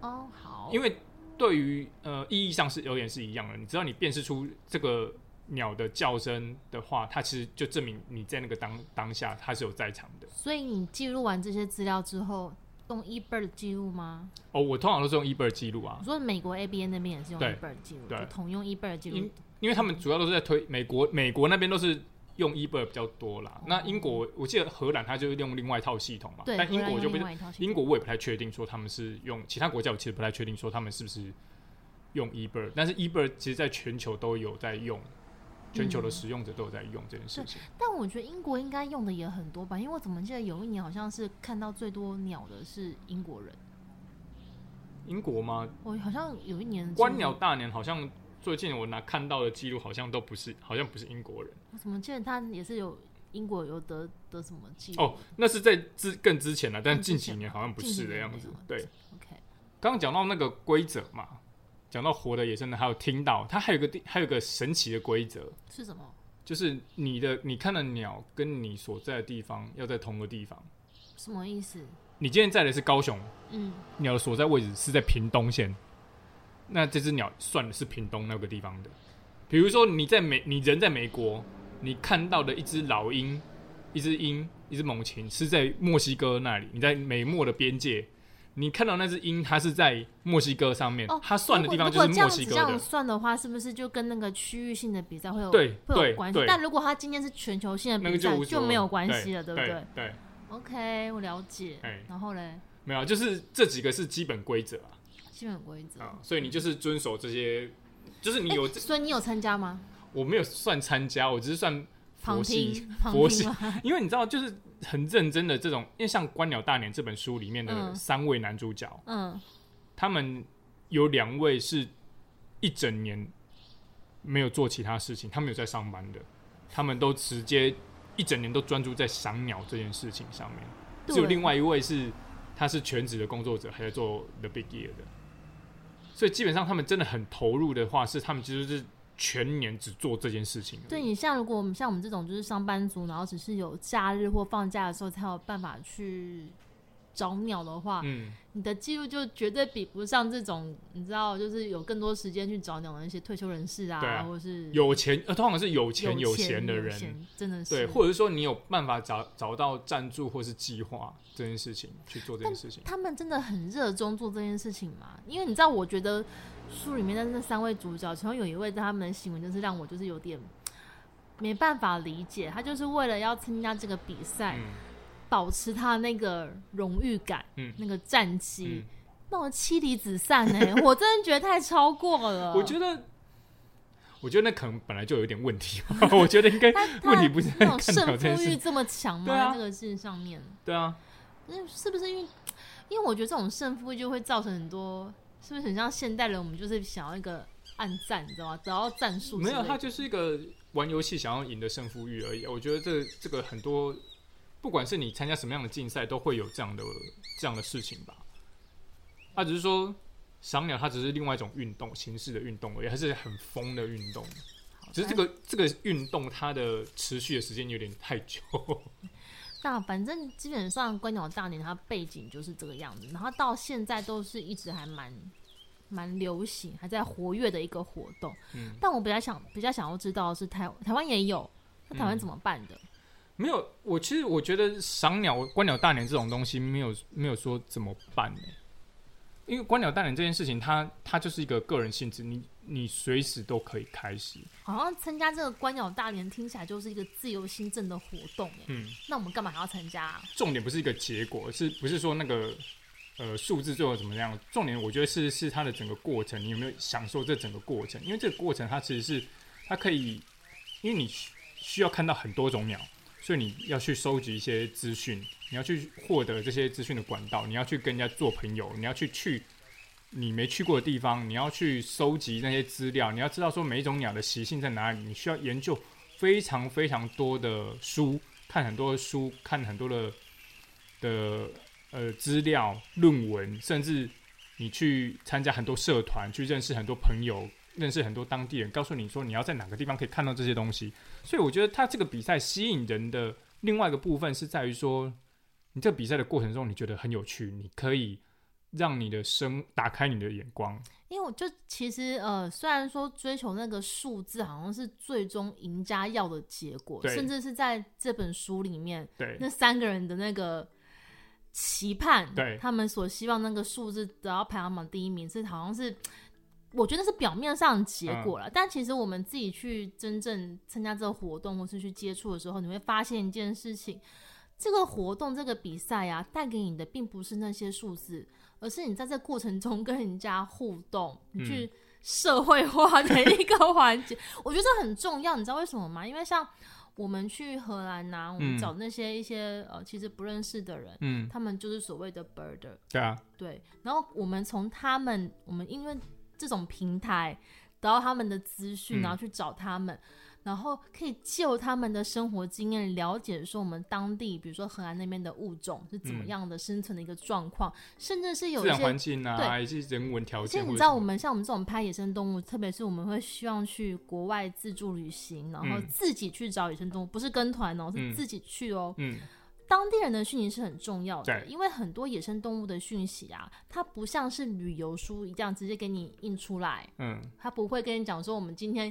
Speaker 1: 哦好，
Speaker 2: 因
Speaker 1: 为
Speaker 2: 为对于呃意义上是有点是一样的。你只要你辨识出这个鸟的叫声的话，它其实就证明你在那个当当下它是有在场的。
Speaker 1: 所以你记录完这些资料之后，用 eBird 记录吗？
Speaker 2: 哦，我通常都是用 eBird 记录啊
Speaker 1: 我，说美国 ABA 那边也是用
Speaker 2: 对
Speaker 1: eBird 记录，
Speaker 2: 对
Speaker 1: 就统用 eBird 记录
Speaker 2: 因，因为他们主要都是在推美国，美国那边都是。用 eBird 比较多啦，那英国我记得荷兰它就用另外一套系统嘛，
Speaker 1: 哦对，
Speaker 2: 但英
Speaker 1: 荷兰
Speaker 2: 国
Speaker 1: 用
Speaker 2: 就不
Speaker 1: 另外一套系统
Speaker 2: 英国我也不太确定说他们是用其他国家，我其实不太确定说他们是不是用 eBird，但是 eBird 其实在全球都有在用，全球的使用者都有在用这件事情。
Speaker 1: 但我觉得英国应该用的也很多吧，因为我怎么记得有一年好像是看到最多鸟的是英国人，
Speaker 2: 英国吗？
Speaker 1: 我好像有一年
Speaker 2: 观鸟，大年好像最近我拿看到的记录好像都不是，好像不是英国人
Speaker 1: 我怎么记得他也是有英国有得得什么记录
Speaker 2: 哦，那是在之更之前了，但近
Speaker 1: 更之
Speaker 2: 几
Speaker 1: 前
Speaker 2: 年好像不
Speaker 1: 近几
Speaker 2: 是的
Speaker 1: 年
Speaker 2: 样
Speaker 1: 没
Speaker 2: 子
Speaker 1: 有了。
Speaker 2: 对，
Speaker 1: ，OK，
Speaker 2: 刚刚讲到那个规则嘛，讲到活的野生的，还有听到，它还有一个地还有一个神奇的规则，
Speaker 1: 是什么
Speaker 2: 就是你的你看的鸟跟你所在的地方要在同个地方。
Speaker 1: 什么意思？
Speaker 2: 你今天在的是高雄，
Speaker 1: 嗯，
Speaker 2: 鸟的所在位置是在屏东县，那这只鸟算的是屏东那个地方的。比如说你在美，你人在美国，你看到的一只老鹰、一只鹰、一只猛禽是在墨西哥那里，你在美墨的边界。你看到那只鹰，它是在墨西哥上面，
Speaker 1: 哦，
Speaker 2: 它算的地方
Speaker 1: 如
Speaker 2: 就
Speaker 1: 果
Speaker 2: 是
Speaker 1: 如果这
Speaker 2: 墨
Speaker 1: 样
Speaker 2: 西
Speaker 1: 子
Speaker 2: 哥
Speaker 1: 这样
Speaker 2: 的。
Speaker 1: 算的话，是不是就跟那个区域性的比赛会有
Speaker 2: 对
Speaker 1: 会
Speaker 2: 对
Speaker 1: 有关系
Speaker 2: 对？
Speaker 1: 但如果他今天是全球性的
Speaker 2: 那个
Speaker 1: 比
Speaker 2: 就
Speaker 1: 赛，
Speaker 2: 无所
Speaker 1: 就
Speaker 2: 谓
Speaker 1: 没有关系了，对
Speaker 2: 对
Speaker 1: 不
Speaker 2: 对
Speaker 1: 对？？OK，我了解
Speaker 2: 哎。
Speaker 1: 然后嘞，
Speaker 2: 没有，就是这几个是基本规则啊
Speaker 1: 基本规则。
Speaker 2: 啊，所以你就是遵守这些，就是你
Speaker 1: 哎
Speaker 2: 有这
Speaker 1: 所以你有参加吗？
Speaker 2: 我没有算参加，我只是算
Speaker 1: 旁
Speaker 2: 佛系 [LAUGHS]
Speaker 1: 听，旁
Speaker 2: 佛
Speaker 1: 听
Speaker 2: 系
Speaker 1: 吗，
Speaker 2: 因为你知道，就是很认真的这种，因为像《观鸟大年》这本书里面的
Speaker 1: 嗯
Speaker 2: 三位男主角， [LAUGHS]
Speaker 1: 嗯，
Speaker 2: 他们有两位是一整年没有做其他事情，他们有在上班的，他们都直接一整年都专注在赏鸟这件事情上面。
Speaker 1: 对
Speaker 2: 只有另外一位是他是全职的工作者，还在做 The Big Year 的，所以基本上他们真的很投入的话，是他们就是全年只做这件事情而已。
Speaker 1: 对你像如果我们像我们这种就是上班族，然后只是有假日或放假的时候才有办法去找鸟的话，
Speaker 2: 嗯，
Speaker 1: 你的记录就绝对比不上这种你知道，就是有更多时间去找鸟的那些退休人士啊，
Speaker 2: 对啊
Speaker 1: 或者是
Speaker 2: 有钱呃，通常是有
Speaker 1: 有
Speaker 2: 钱有闲的
Speaker 1: 有
Speaker 2: 人，
Speaker 1: 钱，真的是
Speaker 2: 对，或者说你有办法找找到赞助或是计划这件事情去做这件事情。
Speaker 1: 他们真的很热衷做这件事情嘛？因为你知道，我觉得书里面的那三位主角，其中有一位他们的行为，真是让我就是有点没办法理解。他就是为了要参加这个比赛，
Speaker 2: 嗯
Speaker 1: 保持他那个荣誉感，
Speaker 2: 嗯
Speaker 1: 那个战绩
Speaker 2: 嗯，，
Speaker 1: 弄得妻离子散呢、
Speaker 2: [LAUGHS]
Speaker 1: 我真的觉得太超过了。
Speaker 2: 我觉得，我觉得那可能本来就有点问题 [LAUGHS] 吧。我觉得应该
Speaker 1: 他他
Speaker 2: 问题不是在
Speaker 1: 那种
Speaker 2: 看到
Speaker 1: 胜
Speaker 2: 这件
Speaker 1: 负
Speaker 2: 事
Speaker 1: 欲
Speaker 2: 情，
Speaker 1: 这么强吗？
Speaker 2: 对啊
Speaker 1: 在这个事上面，
Speaker 2: 对啊，
Speaker 1: 那是不是因为？因为我觉得这种胜负欲就会造成很多，是不是很像现代人？我们就是想要一个暗战，你知道吗？得到战术之
Speaker 2: 没
Speaker 1: 类的
Speaker 2: 有，他就是一个玩游戏想要赢的胜负欲而已。啊我觉得这这个很多，不管是你参加什么样的竞赛，都会有这样的这样的事情吧。他只是说，赏鸟它只是另外一种运动形式的运动而已，它是很疯的运动。
Speaker 1: 好
Speaker 2: 只是这个这个运动它的持续的时间有点太久， [LAUGHS]
Speaker 1: 那反正基本上《观鸟大年》它背景就是这个样子，然后到现在都是一直还蛮蛮流行，还在活跃的一个活动。
Speaker 2: 嗯，
Speaker 1: 但我比较想比较想要知道的是台台湾也有，那台湾
Speaker 2: 嗯
Speaker 1: 怎么办的？
Speaker 2: 没有，我其实我觉得赏鸟、观鸟大年这种东西，没有没有说怎么办呢、因为观鸟大年这件事情它，它就是一个个人性质，你你随时都可以开始。
Speaker 1: 好像参加这个观鸟大联听起来就是一个自由新政的活动哎，
Speaker 2: 嗯，
Speaker 1: 那我们干嘛还要参加、啊？
Speaker 2: 重点不是一个结果，是不是说那个呃数字最后怎么样？重点我觉得是是它的整个过程，你有没有享受这整个过程？因为这个过程它其实是它可以，因为你需需要看到很多种鸟，所以你要去收集一些资讯，你要去获得这些资讯的管道，你要去跟人家做朋友，你要去去。你没去过的地方，你要去收集那些资料，你要知道说每一种鸟的习性在哪里，你需要研究非常非常多的书，看很多的书，看很多的的呃资料、论文，甚至你去参加很多社团，去认识很多朋友，认识很多当地人，告诉你说你要在哪个地方可以看到这些东西。所以我觉得他这个比赛吸引人的另外一个部分是在于说，你这个比赛的过程中，你觉得很有趣，你可以让你的生打开你的眼光。
Speaker 1: 因为我就其实呃，虽然说追求那个数字好像是最终赢家要的结果，
Speaker 2: 对
Speaker 1: 甚至是在这本书里面
Speaker 2: 对
Speaker 1: 那三个人的那个期盼，
Speaker 2: 对
Speaker 1: 他们所希望那个数字得到排行榜第一名，是好像是我觉得是表面上的结果了。
Speaker 2: 嗯
Speaker 1: 但其实我们自己去真正参加这个活动或是去接触的时候，你会发现一件事情：这个活动、这个比赛呀、带给你的并不是那些数字，而是你在这过程中跟人家互动，
Speaker 2: 嗯
Speaker 1: 你去社会化的一个环节。我觉得这很重要，你知道为什么吗？因为像我们去荷兰呐、我们
Speaker 2: 嗯
Speaker 1: 找那些一些、呃其实不认识的人，
Speaker 2: 嗯，
Speaker 1: 他们就是所谓的 birder，
Speaker 2: 对啊，
Speaker 1: 对。然后我们从他们，我们因为这种平台得到他们的资讯，
Speaker 2: 嗯
Speaker 1: 然后去找他们。然后可以就他们的生活经验了解说我们当地，比如说荷兰那边的物种是怎么
Speaker 2: 嗯
Speaker 1: 样的生存的一个状况，甚至是有
Speaker 2: 自
Speaker 1: 一
Speaker 2: 然
Speaker 1: 些
Speaker 2: 环境啊，
Speaker 1: 对
Speaker 2: 以及人文条
Speaker 1: 而且
Speaker 2: 件或者什么。
Speaker 1: 你知道，我们像我们这种拍野生动物，特别是我们会希望去国外自助旅行，然后
Speaker 2: 嗯
Speaker 1: 自己去找野生动物，不是跟团哦，是
Speaker 2: 嗯
Speaker 1: 自己去哦。
Speaker 2: 嗯，
Speaker 1: 当地人的讯息是很重要的，
Speaker 2: 对
Speaker 1: 因为很多野生动物的讯息啊，它不像是旅游书一样直接给你印出来，
Speaker 2: 嗯
Speaker 1: 它不会跟你讲说我们今天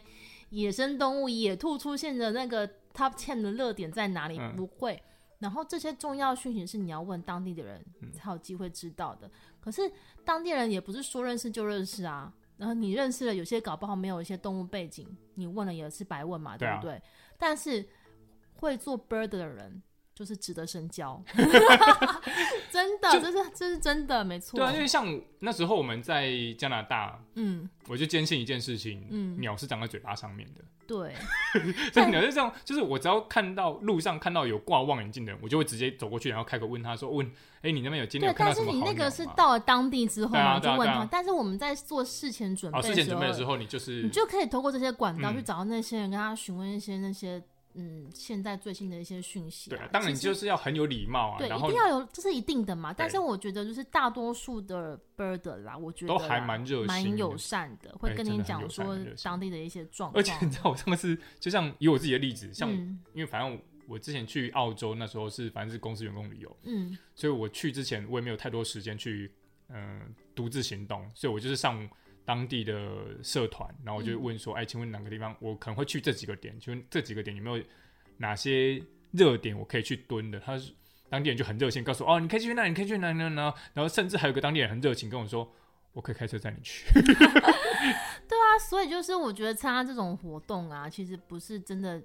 Speaker 1: 野生动物野兔出现的那个 top ten 的热点在哪里，
Speaker 2: 嗯
Speaker 1: 不会。然后这些重要讯息是你要问当地的人
Speaker 2: 嗯
Speaker 1: 才有机会知道的。可是当地人也不是说认识就认识啊，然后你认识了，有些搞不好没有一些动物背景，你问了也是白问嘛，
Speaker 2: 对啊
Speaker 1: 不对？但是会做 bird 的人就是值得深
Speaker 2: [LAUGHS]
Speaker 1: 交，真的，
Speaker 2: 就
Speaker 1: 这是这是真的，没错。
Speaker 2: 对啊，因为像那时候我们在加拿大，
Speaker 1: 嗯，
Speaker 2: 我就坚信一件事情，
Speaker 1: 嗯
Speaker 2: 鸟是长在嘴巴
Speaker 1: [LAUGHS]
Speaker 2: 上面的，
Speaker 1: 对，
Speaker 2: 所以鸟是这样，就是我只要看到路上看到有挂望远镜的人，我就会直接走过去，然后开口问他说，问，哎、你那边有今天
Speaker 1: 对
Speaker 2: 有，看到
Speaker 1: 但
Speaker 2: 什
Speaker 1: 是
Speaker 2: 么好
Speaker 1: 你那
Speaker 2: 鸟
Speaker 1: 个是
Speaker 2: 吗
Speaker 1: 到了当地之后
Speaker 2: 对啊
Speaker 1: 嘛，你就
Speaker 2: 对啊
Speaker 1: 问
Speaker 2: 对
Speaker 1: 他。
Speaker 2: 啊
Speaker 1: 但是我们在做事前准备
Speaker 2: 哦，
Speaker 1: 的
Speaker 2: 事
Speaker 1: 时
Speaker 2: 前
Speaker 1: 候，
Speaker 2: 准备的时候，你就是
Speaker 1: 你就可以透过这些管道
Speaker 2: 嗯
Speaker 1: 去找到那些人，跟他询问一些那些嗯现在最新的一些讯息、
Speaker 2: 对啊，当然你
Speaker 1: 其实
Speaker 2: 就是要很有礼貌啊，
Speaker 1: 对，
Speaker 2: 然
Speaker 1: 一
Speaker 2: 后
Speaker 1: 定要有，这是一定的嘛。但
Speaker 2: 对
Speaker 1: 是我觉得就是大多数的 bird 啦，我觉得
Speaker 2: 都还
Speaker 1: 啦
Speaker 2: 蛮热心
Speaker 1: 蛮
Speaker 2: 的
Speaker 1: 友善的，会
Speaker 2: 哎
Speaker 1: 跟
Speaker 2: 真
Speaker 1: 你
Speaker 2: 的很
Speaker 1: 讲
Speaker 2: 友善
Speaker 1: 说
Speaker 2: 很热心
Speaker 1: 当地的一些状况。
Speaker 2: 而且你知道，我上次就像以我自己的例子，像、
Speaker 1: 嗯
Speaker 2: 因为反正我我之前去澳洲那时候是反正是公司员工旅游，
Speaker 1: 嗯
Speaker 2: 所以我去之前我也没有太多时间去嗯、呃独自行动，所以我就是上当地的社团，然后我
Speaker 1: 嗯
Speaker 2: 就问说，哎、请问哪个地方我可能会去这几个点？请问这几个点有没有哪些热点我可以去蹲的？他是当地人就很热心告诉我，哦，你可以去那里，你可以去哪里，哪里哪里然后甚至还有一个当地人很热情跟我说。我可以开车载你去，
Speaker 1: 啊，所以就是我觉得参加这种活动啊，其实不是真的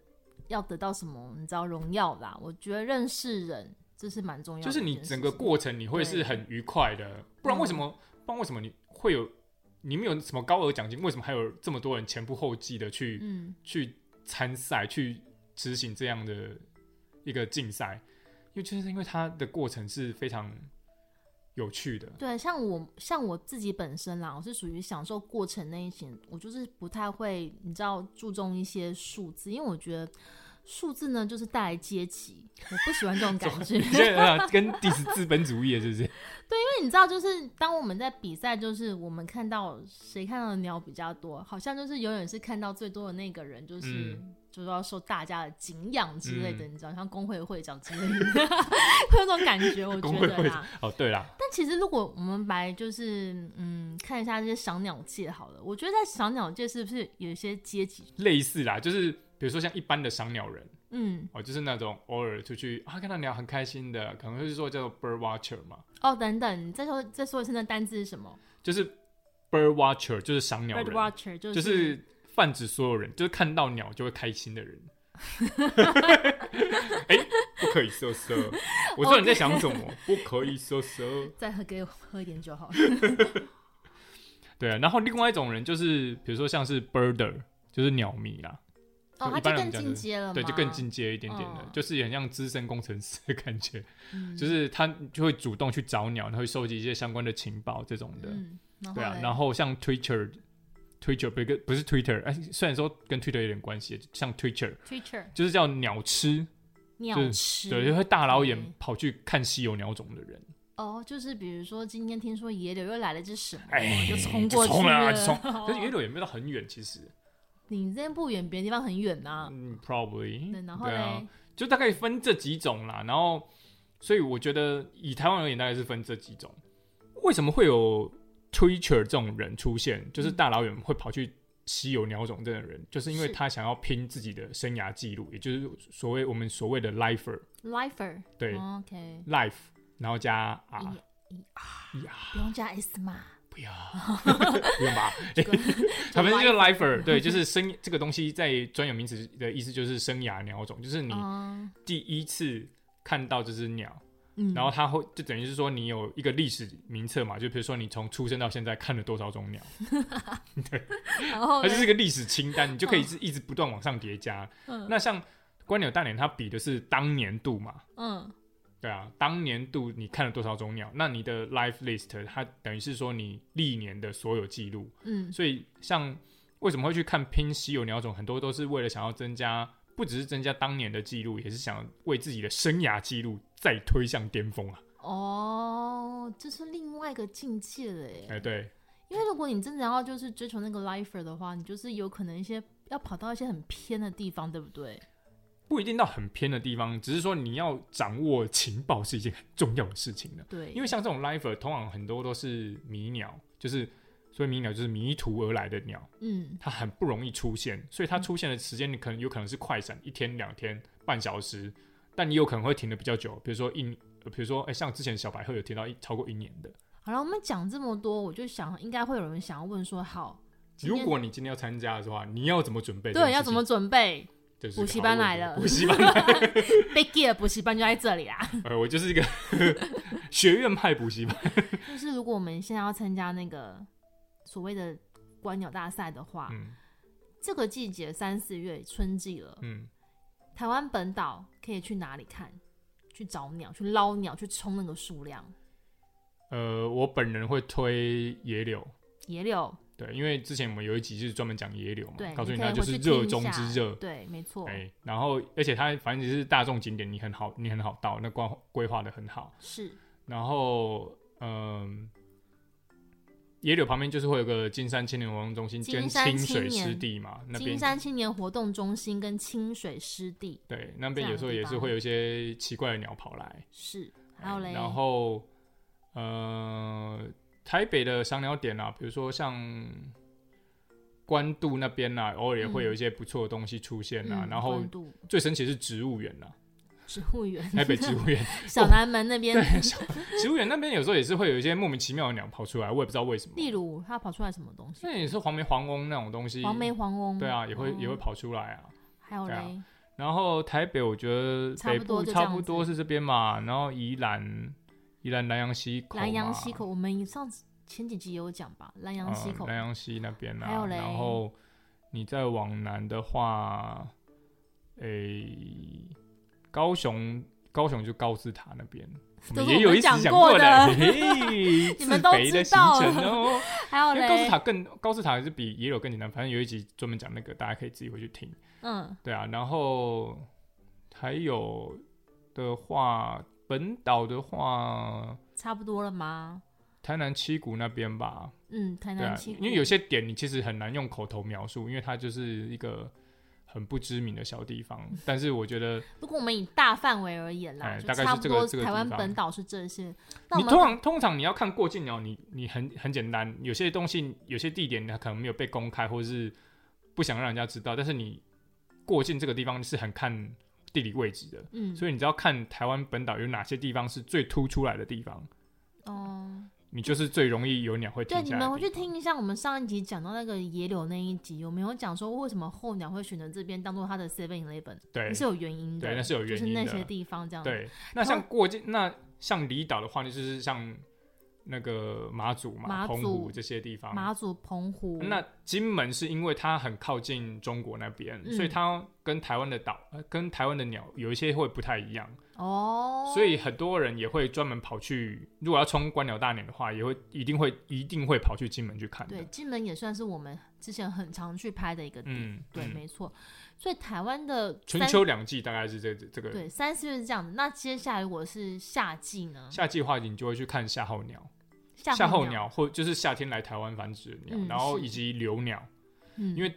Speaker 1: 要得到什么，你知道荣耀啦。我觉得认识人这是蛮重要的
Speaker 2: 就
Speaker 1: 一
Speaker 2: 是
Speaker 1: 件事
Speaker 2: 你
Speaker 1: 情，
Speaker 2: 整个过程你会
Speaker 1: 对嗯
Speaker 2: 是很愉快的，不然为什么？不然为什么你会有你们有什么高额奖金？为什么还有这么多人前仆后继的去
Speaker 1: 嗯，
Speaker 2: 去参赛、去执行这样的一个竞赛，因为就是因为它的过程是非常有趣的。
Speaker 1: 对，像我像我自己本身啦，我是属于享受过程那一型，我就是不太会，你知道注重一些数字，因为我觉得数字呢就是带来阶级，我不喜欢这种感觉。[LAUGHS]
Speaker 2: [LAUGHS] 你现在啊跟 diss 资本主义了是不 [LAUGHS] 是？
Speaker 1: 你知道，就是当我们在比赛，就是我们看到谁看到的鸟比较多，好像就是永远是看到最多的那个人，就是
Speaker 2: 嗯
Speaker 1: 就是要受大家的敬仰之类的，
Speaker 2: 嗯
Speaker 1: 你知道，像工会会长之类的， [LAUGHS] 会有那种感觉，我
Speaker 2: 工
Speaker 1: 觉
Speaker 2: 会
Speaker 1: 得
Speaker 2: 会
Speaker 1: 啦
Speaker 2: 长。哦，对啦，
Speaker 1: 但其实如果我们来就是嗯看一下这些赏鸟界好了，我觉得在赏鸟界是不是有一些阶级？
Speaker 2: 类似啦，就是比如说像一般的赏鸟人
Speaker 1: 嗯，
Speaker 2: 哦，就是那种偶尔出去啊看到鸟很开心的，可能会说叫做 bird watcher 嘛，
Speaker 1: 哦，等等，你再说再说一次那单字是什么
Speaker 2: 就是 bird watcher 就是赏鸟
Speaker 1: ？Bird
Speaker 2: 人，
Speaker 1: watcher 就是、
Speaker 2: 就是泛指所有人，就是看到鸟就会开
Speaker 1: [LAUGHS]
Speaker 2: 心的人。哎、不可以瑟
Speaker 1: [LAUGHS]
Speaker 2: 瑟，我知道你在想什么，不可以瑟瑟。
Speaker 1: 再喝给我喝一点就
Speaker 2: [LAUGHS]
Speaker 1: 好了。
Speaker 2: 对啊，然后另外一种人就是，比如说像是 birder，就是鸟迷啦，
Speaker 1: 哦，
Speaker 2: 就
Speaker 1: 它
Speaker 2: 一般
Speaker 1: 就
Speaker 2: 人
Speaker 1: 更
Speaker 2: 这样
Speaker 1: 进
Speaker 2: 子
Speaker 1: 阶了嘛？
Speaker 2: 对，就更。进阶一点点的，
Speaker 1: 嗯
Speaker 2: 就是很像资深工程师的感觉，
Speaker 1: 嗯，
Speaker 2: 就是他就会主动去找鸟，他会收集一些相关的情报这种的。
Speaker 1: 嗯，然后
Speaker 2: 对啊，
Speaker 1: 嘞
Speaker 2: 然后像 Twitter。Twitter 不是不是 Twitter，哎，虽然说跟 Twitter 有点关系，像 Twitter
Speaker 1: Twitter
Speaker 2: 就是叫鸟吃，
Speaker 1: 鸟吃，
Speaker 2: 对，就会大老远
Speaker 1: 对
Speaker 2: 跑去看稀有鸟种的人，
Speaker 1: 哦，就是比如说今天听说野柳又来了只什么，
Speaker 2: 哎
Speaker 1: 就冲过
Speaker 2: 就冲
Speaker 1: 去
Speaker 2: 了啊
Speaker 1: 了。
Speaker 2: 就冲
Speaker 1: [LAUGHS]
Speaker 2: 可
Speaker 1: 哦
Speaker 2: 是野柳也没有到很远，其实，
Speaker 1: 你这边不远，别的地方很远呐、
Speaker 2: 嗯，probably，
Speaker 1: 对，然后
Speaker 2: 对
Speaker 1: 嘞，
Speaker 2: 啊，就大概分这几种啦。然后，所以我觉得以台湾而言，大概是分这几种。为什么会有 Twitcher 这种人出现？就是大老远会跑去稀有鸟种这种人，就是因为
Speaker 1: 嗯是
Speaker 2: 他想要拼自己的生涯记录，也就是所谓我们所谓的 lifer，
Speaker 1: Lifer，
Speaker 2: 对、
Speaker 1: o k
Speaker 2: l i f e 然后加 r
Speaker 1: 一
Speaker 2: 呀，
Speaker 1: 不用加 S 嘛，
Speaker 2: 不要， [LAUGHS] 不用吧？
Speaker 1: [LAUGHS]
Speaker 2: 反正就是 lifer，对，就是生这个东西在专有名词的意思就是生涯鸟种，就是你
Speaker 1: 嗯
Speaker 2: 第一次看到这只鸟，
Speaker 1: 嗯，
Speaker 2: 然后它会就等于是说你有一个历史名册嘛，就比如说你从出生到现在看了多少种鸟，
Speaker 1: [LAUGHS] 然后
Speaker 2: 它就是
Speaker 1: 嘞
Speaker 2: 一个历史清单，你就可以是一直不断往上叠加。
Speaker 1: 嗯
Speaker 2: 那像观鸟大年，它比的是当年度嘛。
Speaker 1: 嗯
Speaker 2: 对啊，当年度你看了多少种鸟？那你的 life list 它等于是说你历年的所有记录，
Speaker 1: 嗯
Speaker 2: 所以像为什么会去看拼稀有鸟种，很多都是为了想要增加，不只是增加当年的记录，也是想为自己的生涯记录再推向巅峰啊！
Speaker 1: 哦，这是另外一个境界了耶
Speaker 2: 哎、。对，
Speaker 1: 因为如果你真的要就是追求那个 Lifer 的话，你就是有可能一些要跑到一些很偏的地方，对不对？
Speaker 2: 不一定到很偏的地方，只是说你要掌握情报是一件很重要的事情的。
Speaker 1: 对，
Speaker 2: 因为像这种 lifer，通常很多都是迷鸟，就是所以迷鸟就是迷途而来的鸟，
Speaker 1: 嗯
Speaker 2: 它很不容易出现，所以它出现的时间你可能有可能是快闪，一天、两天、半小时，但你有可能会停的比较久，比如说一，呃比如说哎、像之前小白鹤有停到一超过一年的。
Speaker 1: 好了，我们讲这么多，我就想应该会有人想要问说，好，今
Speaker 2: 如
Speaker 1: 天
Speaker 2: 果你今天要参加的话，你要怎么准备这件事
Speaker 1: 对
Speaker 2: 情？
Speaker 1: 要怎么准备？
Speaker 2: 这是个好问题？
Speaker 1: 补习班来了
Speaker 2: 补习班来了，
Speaker 1: [LAUGHS] 被 g e a 补习班就在这里啦。 [LAUGHS]
Speaker 2: 呃，我就是一个 [LAUGHS] 学院派补习班。
Speaker 1: 就是如果我们现在要参加那个所谓的观鸟大赛的话，
Speaker 2: 嗯
Speaker 1: 这个季节三四月春季了，
Speaker 2: 嗯，
Speaker 1: 台湾本岛可以去哪里看？去找鸟，去捞鸟，去冲那个数量。
Speaker 2: 呃，我本人会推野柳，
Speaker 1: 野柳，
Speaker 2: 对，因为之前我们有一集就是专门讲野柳嘛
Speaker 1: 对，，
Speaker 2: 哦告诉
Speaker 1: 你可
Speaker 2: 大
Speaker 1: 以
Speaker 2: 家就
Speaker 1: 回
Speaker 2: 是
Speaker 1: 去听
Speaker 2: 热
Speaker 1: 一
Speaker 2: 中
Speaker 1: 下
Speaker 2: 之热，
Speaker 1: 对，没错，
Speaker 2: 哎、然后而且它反正只是大众景点，你很好，你很好到，那规规划的很好。
Speaker 1: 是，
Speaker 2: 然后，嗯、野柳旁边就是会有个金山青年活动中心跟
Speaker 1: 金山
Speaker 2: 清水
Speaker 1: 青年
Speaker 2: 湿地嘛，那
Speaker 1: 金
Speaker 2: 边
Speaker 1: 山青年活动中心跟清水湿地
Speaker 2: 对那边
Speaker 1: 这样
Speaker 2: 有时候
Speaker 1: 的地
Speaker 2: 也是
Speaker 1: 方
Speaker 2: 会有一些奇怪的鸟跑来。
Speaker 1: 是，
Speaker 2: 哎
Speaker 1: 还有嘞，
Speaker 2: 然后，呃，台北的赏鸟点啊，比如说像关渡那边啊，偶尔也会有一些不错的东西出现啊。
Speaker 1: 嗯
Speaker 2: 然后
Speaker 1: 关渡
Speaker 2: 最神奇的是植物园啊，
Speaker 1: 植物园，
Speaker 2: 台北植物园。
Speaker 1: [LAUGHS] 小南门那边，
Speaker 2: 对，小植物园那边有时候也是会有一些莫名其妙的鸟跑出来，我也不知道为什么。
Speaker 1: 例如它跑出来什么东西，
Speaker 2: 那也是黄梅、黄翁那种东西，
Speaker 1: 黄梅、黄翁，
Speaker 2: 对啊，也会、
Speaker 1: 哦
Speaker 2: 也会，跑出来啊。
Speaker 1: 还有
Speaker 2: 对啊
Speaker 1: 嘞，
Speaker 2: 然后台北，我觉得
Speaker 1: 差
Speaker 2: 北
Speaker 1: 不多
Speaker 2: 部
Speaker 1: 就
Speaker 2: 差
Speaker 1: 这样
Speaker 2: 不
Speaker 1: 子
Speaker 2: 多是这边嘛，然后宜兰、宜兰南洋溪口嘛、
Speaker 1: 南洋溪口，我们上次前几集有讲吧？南洋溪口
Speaker 2: 嗯、，南洋溪那边
Speaker 1: 还有
Speaker 2: 啊，
Speaker 1: 嘞
Speaker 2: 然后你再往南的话，诶、高雄，高雄就高士塔那边，我
Speaker 1: 都
Speaker 2: 们
Speaker 1: 是
Speaker 2: 也
Speaker 1: 我
Speaker 2: 有
Speaker 1: 们
Speaker 2: 一集
Speaker 1: 讲
Speaker 2: 讲
Speaker 1: 过
Speaker 2: 过
Speaker 1: 的 [LAUGHS]
Speaker 2: 嘿，
Speaker 1: 你们
Speaker 2: 自
Speaker 1: 都
Speaker 2: 肥的
Speaker 1: 知
Speaker 2: 行
Speaker 1: 道
Speaker 2: 程
Speaker 1: 了
Speaker 2: 哦。
Speaker 1: 还有
Speaker 2: 因为高士
Speaker 1: 嘞，
Speaker 2: 塔更高士塔还是比野柳更简单，反正有一集专门讲那个，大家可以自己回去听。
Speaker 1: 嗯，
Speaker 2: 对啊，然后还有的话，本岛的话，
Speaker 1: 差不多了吗？
Speaker 2: 台南七股那边吧，
Speaker 1: 嗯，台
Speaker 2: 对啊
Speaker 1: 南，溪谷，
Speaker 2: 因为有些点你其实很难用口头描述，因为它就是一个很不知名的小地方，但是我觉得
Speaker 1: 如果我们以大范围而言啦，
Speaker 2: 哎
Speaker 1: 就
Speaker 2: 大概是
Speaker 1: 差不
Speaker 2: 这个
Speaker 1: 多
Speaker 2: 这个地
Speaker 1: 台湾
Speaker 2: 方
Speaker 1: 本岛是这些。那
Speaker 2: 你
Speaker 1: 我
Speaker 2: 通
Speaker 1: 们
Speaker 2: 常通常你要看过境鸟，哦你你很很简单，有些东西有些地点它可能没有被公开，或是不想让人家知道，但是你过境这个地方是很看地理位置的，
Speaker 1: 嗯，
Speaker 2: 所以你只要看台湾本岛有哪些地方是最突出来的地方，
Speaker 1: 哦，
Speaker 2: 你就是最容易有鸟会
Speaker 1: 对，
Speaker 2: 停下来的
Speaker 1: 你
Speaker 2: 地方。
Speaker 1: 们回去听一下我们上一集讲到那个野柳那一集，有没有讲说为什么候鸟会选择这边当做它的 Seven Eleven？
Speaker 2: 对
Speaker 1: 是有原因的，
Speaker 2: 对那是有原因的
Speaker 1: 就是那些地方这样。，
Speaker 2: 对，那
Speaker 1: 然后
Speaker 2: 像过境，那像离岛的话，就是像那个马祖嘛、
Speaker 1: 马
Speaker 2: 澎
Speaker 1: 祖
Speaker 2: 湖这些地方。
Speaker 1: 马祖、澎湖，
Speaker 2: 啊那金门是因为它很靠近中国那边，
Speaker 1: 嗯
Speaker 2: 所以它跟台湾的岛、呃跟台湾的鸟有一些会不太一样，
Speaker 1: 哦，
Speaker 2: 所以很多人也会专门跑去，如果要冲观鸟大年的话，也会一定会一定会跑去金门去看的
Speaker 1: 对。金门也算是我们之前很常去拍的一个地，
Speaker 2: 嗯，
Speaker 1: 对，
Speaker 2: 嗯
Speaker 1: 没错。所以台湾的
Speaker 2: 春
Speaker 1: 三
Speaker 2: 秋两季大概是这这个。
Speaker 1: 对三四月是这样的，那接下来如果是夏季呢？
Speaker 2: 夏季的话，你就会去看夏候鸟、
Speaker 1: 夏
Speaker 2: 夏候
Speaker 1: 候，
Speaker 2: 鸟，或就是夏天来台湾繁殖的鸟，
Speaker 1: 嗯
Speaker 2: 然后
Speaker 1: 是
Speaker 2: 以及留鸟。
Speaker 1: 嗯，
Speaker 2: 因为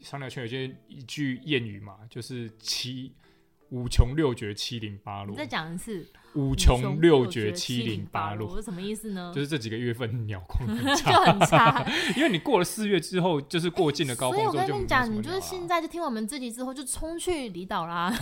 Speaker 2: 赏鸟圈有些一句谚语嘛，就是七五穷六绝七零八
Speaker 1: 你
Speaker 2: 落
Speaker 1: 再，讲一次，
Speaker 2: 五
Speaker 1: 五
Speaker 2: 穷六绝
Speaker 1: 七
Speaker 2: 零
Speaker 1: 八
Speaker 2: 落，
Speaker 1: 是什么意思呢？ [LAUGHS]
Speaker 2: 就是这几个月份鸟况很
Speaker 1: 就
Speaker 2: 差， [LAUGHS]
Speaker 1: 很差，
Speaker 2: 因为你过了四月之后，就是过境的高
Speaker 1: 所以
Speaker 2: 峰
Speaker 1: 我
Speaker 2: 之
Speaker 1: 跟
Speaker 2: 后就没
Speaker 1: 你
Speaker 2: 有什
Speaker 1: 讲，
Speaker 2: 么
Speaker 1: 你
Speaker 2: 鸟
Speaker 1: 就是现
Speaker 2: 啦。
Speaker 1: 在就听我们这集之后，就冲去离岛
Speaker 2: [LAUGHS]
Speaker 1: 啦，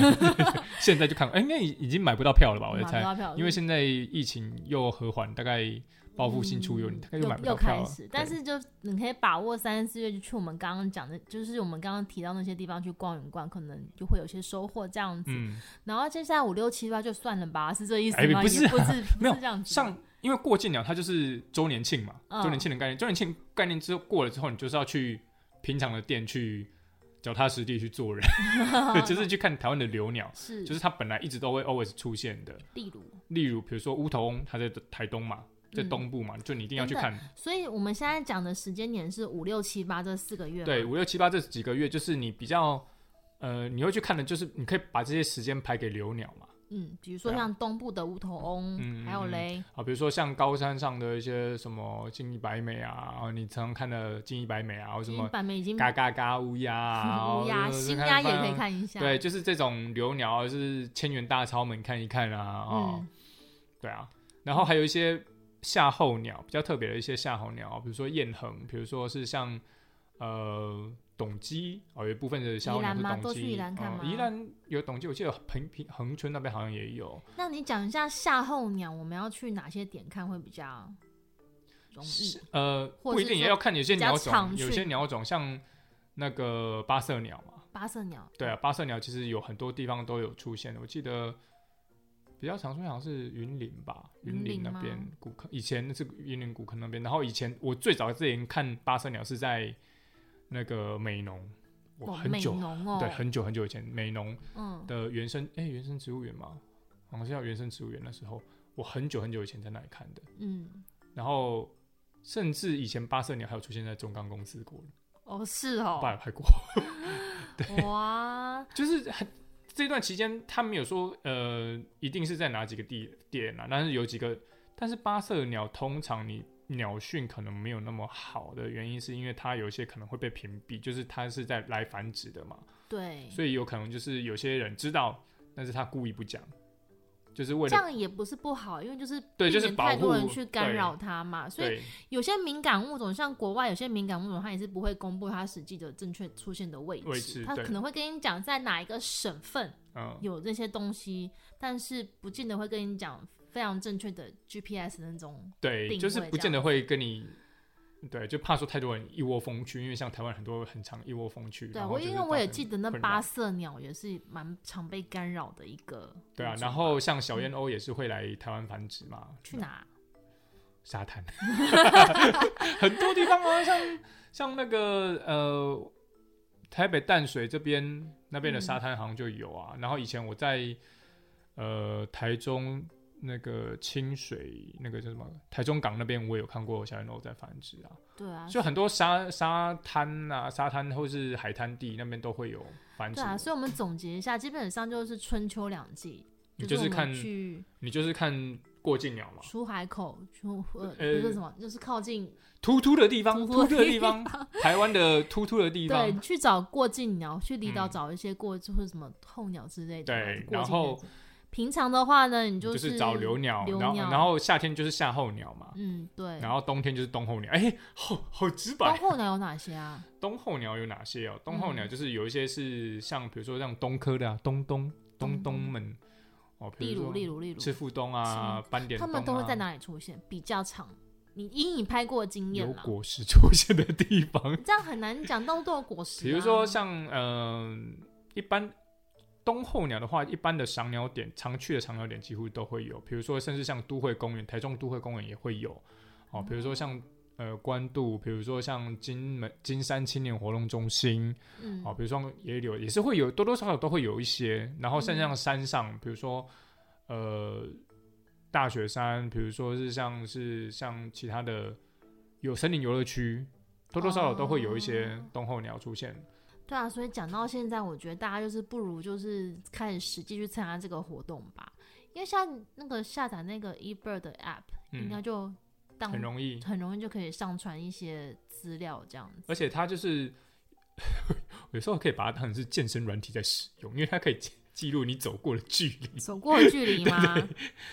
Speaker 2: 现在就看，哎、那已经买不到票了吧？我在
Speaker 1: [LAUGHS] 买不
Speaker 2: 猜，
Speaker 1: 到票，
Speaker 2: 因为现在疫情又和缓，大概报复性出游，你大概
Speaker 1: 嗯又
Speaker 2: 买不
Speaker 1: 又
Speaker 2: 到票
Speaker 1: 开
Speaker 2: 了
Speaker 1: 始，。但
Speaker 2: 对
Speaker 1: 是就你可以把握三四月就去我们刚刚讲的，就是我们刚刚提到那些地方去逛一逛，可能就会有些收获这样子。
Speaker 2: 嗯，
Speaker 1: 然后接下来五六七八就算了吧，是这意思
Speaker 2: 哎
Speaker 1: 吗？
Speaker 2: 不是
Speaker 1: 也不是，不
Speaker 2: 没有
Speaker 1: 是这样子吧。
Speaker 2: 像因为过境鸟它就是周年庆嘛，
Speaker 1: 嗯
Speaker 2: 周年庆的概念，周年庆概念之后过了之后，你就是要去平常的店去脚踏实地去做 [LAUGHS] 人，就是去看台湾的留鸟，
Speaker 1: 是，
Speaker 2: 就是它本来一直都会 always 出现的。
Speaker 1: 例如，
Speaker 2: 例如，比如说乌头翁，它在台东嘛，在
Speaker 1: 嗯
Speaker 2: 东部嘛，就你一定要去
Speaker 1: 真的
Speaker 2: 看。
Speaker 1: 所以我们现在讲的时间点是五六七八这四个月嘛，
Speaker 2: 对，五六七八这几个月，就是你比较呃，你会去看的，就是你可以把这些时间排给留鸟嘛。
Speaker 1: 嗯，比如说
Speaker 2: 对啊
Speaker 1: 像东部的乌头翁，
Speaker 2: 嗯
Speaker 1: 还有嘞，
Speaker 2: 啊，比如说像高山上的一些什么金翼白眉啊，然后你常常看的金翼白眉啊，或什
Speaker 1: 金
Speaker 2: 么
Speaker 1: 版本已经
Speaker 2: 嘎嘎嘎乌鸦啊，
Speaker 1: [LAUGHS] 乌鸦、
Speaker 2: 或者是
Speaker 1: 新鸭也可以
Speaker 2: 看到。
Speaker 1: 看一下，
Speaker 2: 对，，就是这种留鸟啊，就是千元大超门看一看啊，哦，
Speaker 1: 嗯，
Speaker 2: 对啊，然后还有一些夏候鸟，比较特别的一些夏候鸟，比如说雁衡，比如说是像呃董鸡哦，有一部分的夏候鸟
Speaker 1: 宜兰
Speaker 2: 是
Speaker 1: 吗
Speaker 2: 董
Speaker 1: 都去
Speaker 2: 鸡，
Speaker 1: 宜兰看
Speaker 2: 哦
Speaker 1: 吗
Speaker 2: 宜兰有董鸡，我记得平平恒春那边好像也有，
Speaker 1: 那你讲一下夏候鸟，我们要去哪些点看会比较容易
Speaker 2: 是？呃，
Speaker 1: 或
Speaker 2: 不一
Speaker 1: 是
Speaker 2: 定也
Speaker 1: 说
Speaker 2: 要看有些
Speaker 1: 比较
Speaker 2: 鸟种，
Speaker 1: 常
Speaker 2: 有
Speaker 1: 去
Speaker 2: 些鸟种像那个八色鸟嘛，
Speaker 1: 八色鸟，
Speaker 2: 对啊，八色鸟其实有很多地方都有出现的。我记得比较常出现好像是云林吧，云
Speaker 1: 云
Speaker 2: 林
Speaker 1: 林
Speaker 2: 那
Speaker 1: 吗
Speaker 2: 边古坑，以前是云林古坑那边。然后以前我最早之前看八色鸟是在那个美浓，
Speaker 1: 哦，
Speaker 2: 我很
Speaker 1: 美
Speaker 2: 久、
Speaker 1: 浓哦，
Speaker 2: 对很久很久以前美浓
Speaker 1: 嗯，
Speaker 2: 的原生哎、原生植物园嘛，好像是叫原生植物园那时候，我很久很久以前在那里看的。
Speaker 1: 嗯，
Speaker 2: 然后甚至以前八色鸟还有出现在中钢公司过，
Speaker 1: 哦是
Speaker 2: 我爸 [LAUGHS]
Speaker 1: 哦，
Speaker 2: 也拍过。
Speaker 1: 哇，
Speaker 2: 就是很这段期间，他们有说呃，一定是在哪几个地点啊？但是有几个，但是八色鸟通常你鸟讯可能没有那么好的原因，是因为它有一些可能会被屏蔽，就是它是在来繁殖的嘛，
Speaker 1: 对，
Speaker 2: 所以有可能就是有些人知道，但是他故意不讲，就是为
Speaker 1: 这
Speaker 2: 了
Speaker 1: 样也不是不好，因为就是
Speaker 2: 对
Speaker 1: 避
Speaker 2: 就是
Speaker 1: 免
Speaker 2: 保
Speaker 1: 太多人
Speaker 2: 护
Speaker 1: 去干
Speaker 2: 对
Speaker 1: 扰它嘛，所以
Speaker 2: 对
Speaker 1: 有些敏感物种，像国外有些敏感物种，它也是不会公布它实际的正确出现的位置，
Speaker 2: 位置
Speaker 1: 它
Speaker 2: 对
Speaker 1: 可能会跟你讲在哪一个省份
Speaker 2: 嗯。
Speaker 1: 有这些东西，但是不见得会跟你讲非常正确的 GPS 那种。
Speaker 2: 对，
Speaker 1: 定
Speaker 2: 就是
Speaker 1: 位
Speaker 2: 不
Speaker 1: 这
Speaker 2: 见得
Speaker 1: 样
Speaker 2: 会跟你，对，就怕说太多人一窝蜂去，因为像台湾很多很长一窝蜂去。
Speaker 1: 对啊
Speaker 2: 然后
Speaker 1: 我，
Speaker 2: 就是
Speaker 1: 因为我也
Speaker 2: 造成
Speaker 1: 记得那
Speaker 2: 困扰
Speaker 1: 八色鸟也是蛮常被干扰的一个。
Speaker 2: 对啊，然后像小燕鸥也是会来台湾繁殖嘛，
Speaker 1: 嗯去哪？
Speaker 2: 沙滩， [LAUGHS] 很多地方啊，像像那个呃台北淡水这边那边的沙滩好像就有啊。然后以前我在呃台中那个清水那个叫什么台中港那边，我有看过小燕鸥在繁殖啊。
Speaker 1: 对啊，
Speaker 2: 就很多沙沙滩啊，沙滩或是海滩地那边都会有繁殖
Speaker 1: 对
Speaker 2: 的。
Speaker 1: 啊，所以我们总结一下，基本上就是春秋两季，
Speaker 2: 你
Speaker 1: 就
Speaker 2: 就是是
Speaker 1: 我们
Speaker 2: 看
Speaker 1: 去
Speaker 2: 你就是看过境鸟嘛，
Speaker 1: 出海口出呃
Speaker 2: 呃
Speaker 1: 不是什么，就是靠近
Speaker 2: 突突的地方，
Speaker 1: 突
Speaker 2: 突
Speaker 1: 突的
Speaker 2: 突的
Speaker 1: 地
Speaker 2: 地方，
Speaker 1: [LAUGHS]
Speaker 2: 台湾的突突的地方
Speaker 1: 对，，去找过境鸟，去离岛
Speaker 2: 嗯
Speaker 1: 找一些过就是什么候鸟之类的嘛。
Speaker 2: 对
Speaker 1: 过境
Speaker 2: 然后
Speaker 1: 鸟平常的话呢，你
Speaker 2: 就是是找留鸟，
Speaker 1: 留
Speaker 2: 然后
Speaker 1: 鸟
Speaker 2: 然后夏天就是夏候鸟嘛，
Speaker 1: 嗯对，
Speaker 2: 然后冬天就是冬候鸟。哎、好好直
Speaker 1: 包
Speaker 2: 白。
Speaker 1: 括鸟有哪些啊？
Speaker 2: 冬候鸟有哪些哦？冬候鸟
Speaker 1: 嗯
Speaker 2: 就是有一些是像比如说像东科的啊，东东东
Speaker 1: 东
Speaker 2: 东们哦，
Speaker 1: 例
Speaker 2: 比
Speaker 1: 如
Speaker 2: 如
Speaker 1: 例
Speaker 2: 说
Speaker 1: 如例如，
Speaker 2: 赤腹东啊，斑点
Speaker 1: 他
Speaker 2: 东啊，
Speaker 1: 们都会在哪里出现？比较长，你以你拍过的经
Speaker 2: 有
Speaker 1: 验啦，
Speaker 2: 果实出现的地方。
Speaker 1: 这样很难讲到都有果实、啊。
Speaker 2: 比如说像呃，一般冬候鸟的话，一般的赏鸟点常去的赏鸟点几乎都会有，比如说甚至像都会公园，台中都会公园也会有
Speaker 1: 嗯
Speaker 2: 哦。比如说像呃关渡，比如说像金门金山青年活动中心
Speaker 1: 嗯，
Speaker 2: 哦，比如说也有也是会有多多少少都会有一些。然后甚至像山上，比如说呃大雪山，比如说是像是像其他的有森林游乐区。多多少少都会有一些
Speaker 1: 哦
Speaker 2: 冬候鸟出现，
Speaker 1: 对啊，所以讲到现在，我觉得大家就是不如就是开始实际去参加这个活动吧，因为像那个下载那个 eBird 的 app，、应该
Speaker 2: 嗯，
Speaker 1: 就当
Speaker 2: 很容易，
Speaker 1: 很容易就可以上传一些资料这样子。
Speaker 2: 而且它就是 [LAUGHS] 有时候可以把它当成是健身软体在使用，因为它可以记记录你走过的距离。 [LAUGHS]
Speaker 1: 走过的距离吗？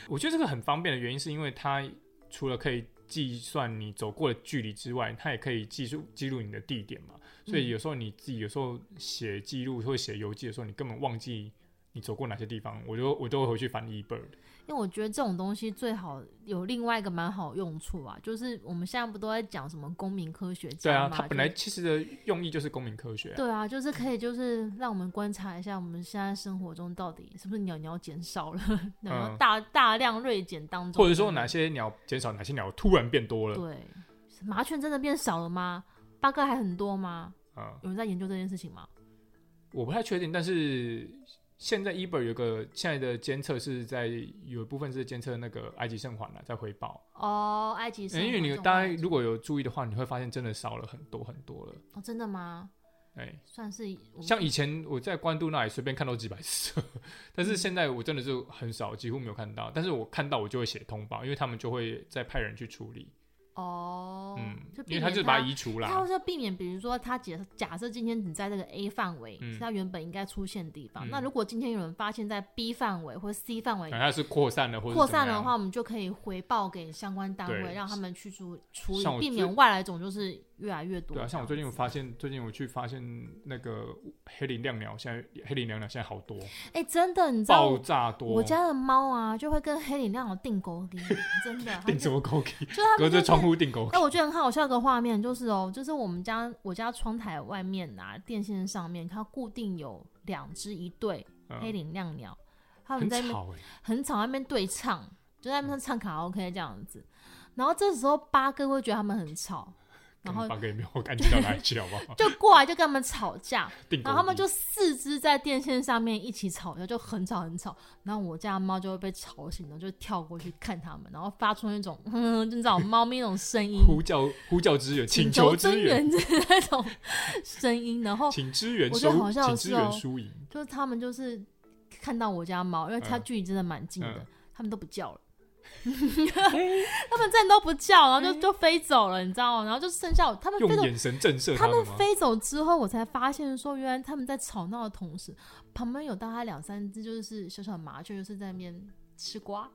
Speaker 2: 我觉得这个很方便的原因，是因为它除了可以计算你走过的距离之外，它也可以记录记录你的地点嘛。
Speaker 1: 嗯
Speaker 2: 所以有时候你自己有时候写记录或者写游记的时候，你根本忘记你走过哪些地方，我就我都会回去翻
Speaker 1: [LAUGHS]
Speaker 2: eBird。
Speaker 1: 因为我觉得这种东西最好有另外一个蛮好用处啊，就是我们现在不都在讲什么公民科学
Speaker 2: 对
Speaker 1: 家
Speaker 2: 啊，
Speaker 1: 嘛？
Speaker 2: 它本来其实的用意就是公民科学、啊。
Speaker 1: 对啊，就是可以，就是让我们观察一下我们现在生活中到底是不是鸟鸟减少了，鸟鸟
Speaker 2: 嗯
Speaker 1: 大、大量锐减当中，
Speaker 2: 或者说哪些鸟减少，哪些鸟突然变多了
Speaker 1: 对麻雀真的变少了吗？八哥还很多吗？
Speaker 2: 啊、
Speaker 1: 有人在研究这件事情吗？
Speaker 2: 我不太确定，但是现在 Eber 有个现在的监测是在有一部分是监测那个埃及圣环啊了，在回报。
Speaker 1: 哦，埃及生
Speaker 2: 因为
Speaker 1: 活
Speaker 2: 你
Speaker 1: 中
Speaker 2: 大
Speaker 1: 还
Speaker 2: 家
Speaker 1: 有
Speaker 2: 如果有注意的话，你会发现真的少了很多很多了。
Speaker 1: 哦，真的吗？
Speaker 2: 哎、
Speaker 1: 算是我
Speaker 2: 像以前我在关渡那里随便看到几百只， [LAUGHS]
Speaker 1: 嗯
Speaker 2: 但是现在我真的就很少，几乎没有看到。但是我看到我就会写通报，因为他们就会再派人去处理。
Speaker 1: 哦，
Speaker 2: 嗯，
Speaker 1: 就避
Speaker 2: 因为他
Speaker 1: 免
Speaker 2: 就把它移除
Speaker 1: 他
Speaker 2: 啦。
Speaker 1: 是要避免，比如说他假假设今天你在这个 A 范围、
Speaker 2: 嗯
Speaker 1: 是他原本应该出现的地方，那
Speaker 2: 嗯
Speaker 1: 如果今天有人发现在 B 范围或 C 范围
Speaker 2: 然后它是扩散了，或者
Speaker 1: 扩
Speaker 2: 怎么
Speaker 1: 散的
Speaker 2: 样
Speaker 1: 话，，我们就可以回报给相关单位，
Speaker 2: 对
Speaker 1: 让他们去处处
Speaker 2: 像
Speaker 1: 理，
Speaker 2: 我
Speaker 1: 避
Speaker 2: 最
Speaker 1: 免外来种就是越来越多这
Speaker 2: 对啊，
Speaker 1: 样子。
Speaker 2: 像我最近有发现，最近我去发现那个黑林亮鸟，现在黑林亮鸟现在好多，
Speaker 1: 哎、真的，你知道
Speaker 2: 爆
Speaker 1: 我
Speaker 2: 炸多。
Speaker 1: 我家的猫啊，就会跟黑领亮有定沟里，真
Speaker 2: [LAUGHS]
Speaker 1: 的，它
Speaker 2: 订
Speaker 1: 们
Speaker 2: 什么狗给？
Speaker 1: 就他
Speaker 2: 隔
Speaker 1: 们就
Speaker 2: 着
Speaker 1: 是
Speaker 2: 窗户订狗给
Speaker 1: 哎、我觉得很好笑的画面就是哦，就是我们家我家窗台外面啊，电线上面它固定有两只一对 [LAUGHS]
Speaker 2: 嗯
Speaker 1: 黑领亮鸟，它们
Speaker 2: 很
Speaker 1: 在那边
Speaker 2: 吵嗯哎、
Speaker 1: 很吵，在那边对唱，就在那边唱卡拉 OK 这样子。然后这时候八哥会觉得他们很吵，然后
Speaker 2: 八哥也没有感觉到哪里去，好不
Speaker 1: [LAUGHS]
Speaker 2: 好？
Speaker 1: 就过来就跟他们吵架，
Speaker 2: 订
Speaker 1: 然
Speaker 2: 狗给
Speaker 1: 后他们就四肢在电线上面一起吵架，就很吵很吵。然后我家的猫就会被吵醒，然后就跳过去看他们，然后发出那种 [LAUGHS] 嗯，就那种猫咪那种声音，
Speaker 2: 呼叫呼叫支援，请
Speaker 1: 求
Speaker 2: 支
Speaker 1: 增
Speaker 2: 援，
Speaker 1: 援的那种声音，然后
Speaker 2: 请支援
Speaker 1: 我觉得
Speaker 2: 收
Speaker 1: 好笑的
Speaker 2: 请
Speaker 1: 是
Speaker 2: 支援
Speaker 1: 哦
Speaker 2: 输赢。
Speaker 1: 就是他们就是看到我家猫，因为它
Speaker 2: 嗯
Speaker 1: 距离真的蛮近的，
Speaker 2: 嗯哎
Speaker 1: 他们都不叫了。 [LAUGHS] 他们真的都不叫，然后就
Speaker 2: 嗯
Speaker 1: 就飞走了，你知道吗？然后就剩下我，他们
Speaker 2: 用
Speaker 1: 飞走，
Speaker 2: 眼神震慑
Speaker 1: 他
Speaker 2: 们
Speaker 1: 们
Speaker 2: 吗？
Speaker 1: 飞走之后，我才发现说，原来他们在吵闹的同时，旁边有大概两三只就是小小的麻雀，就是在那边吃瓜。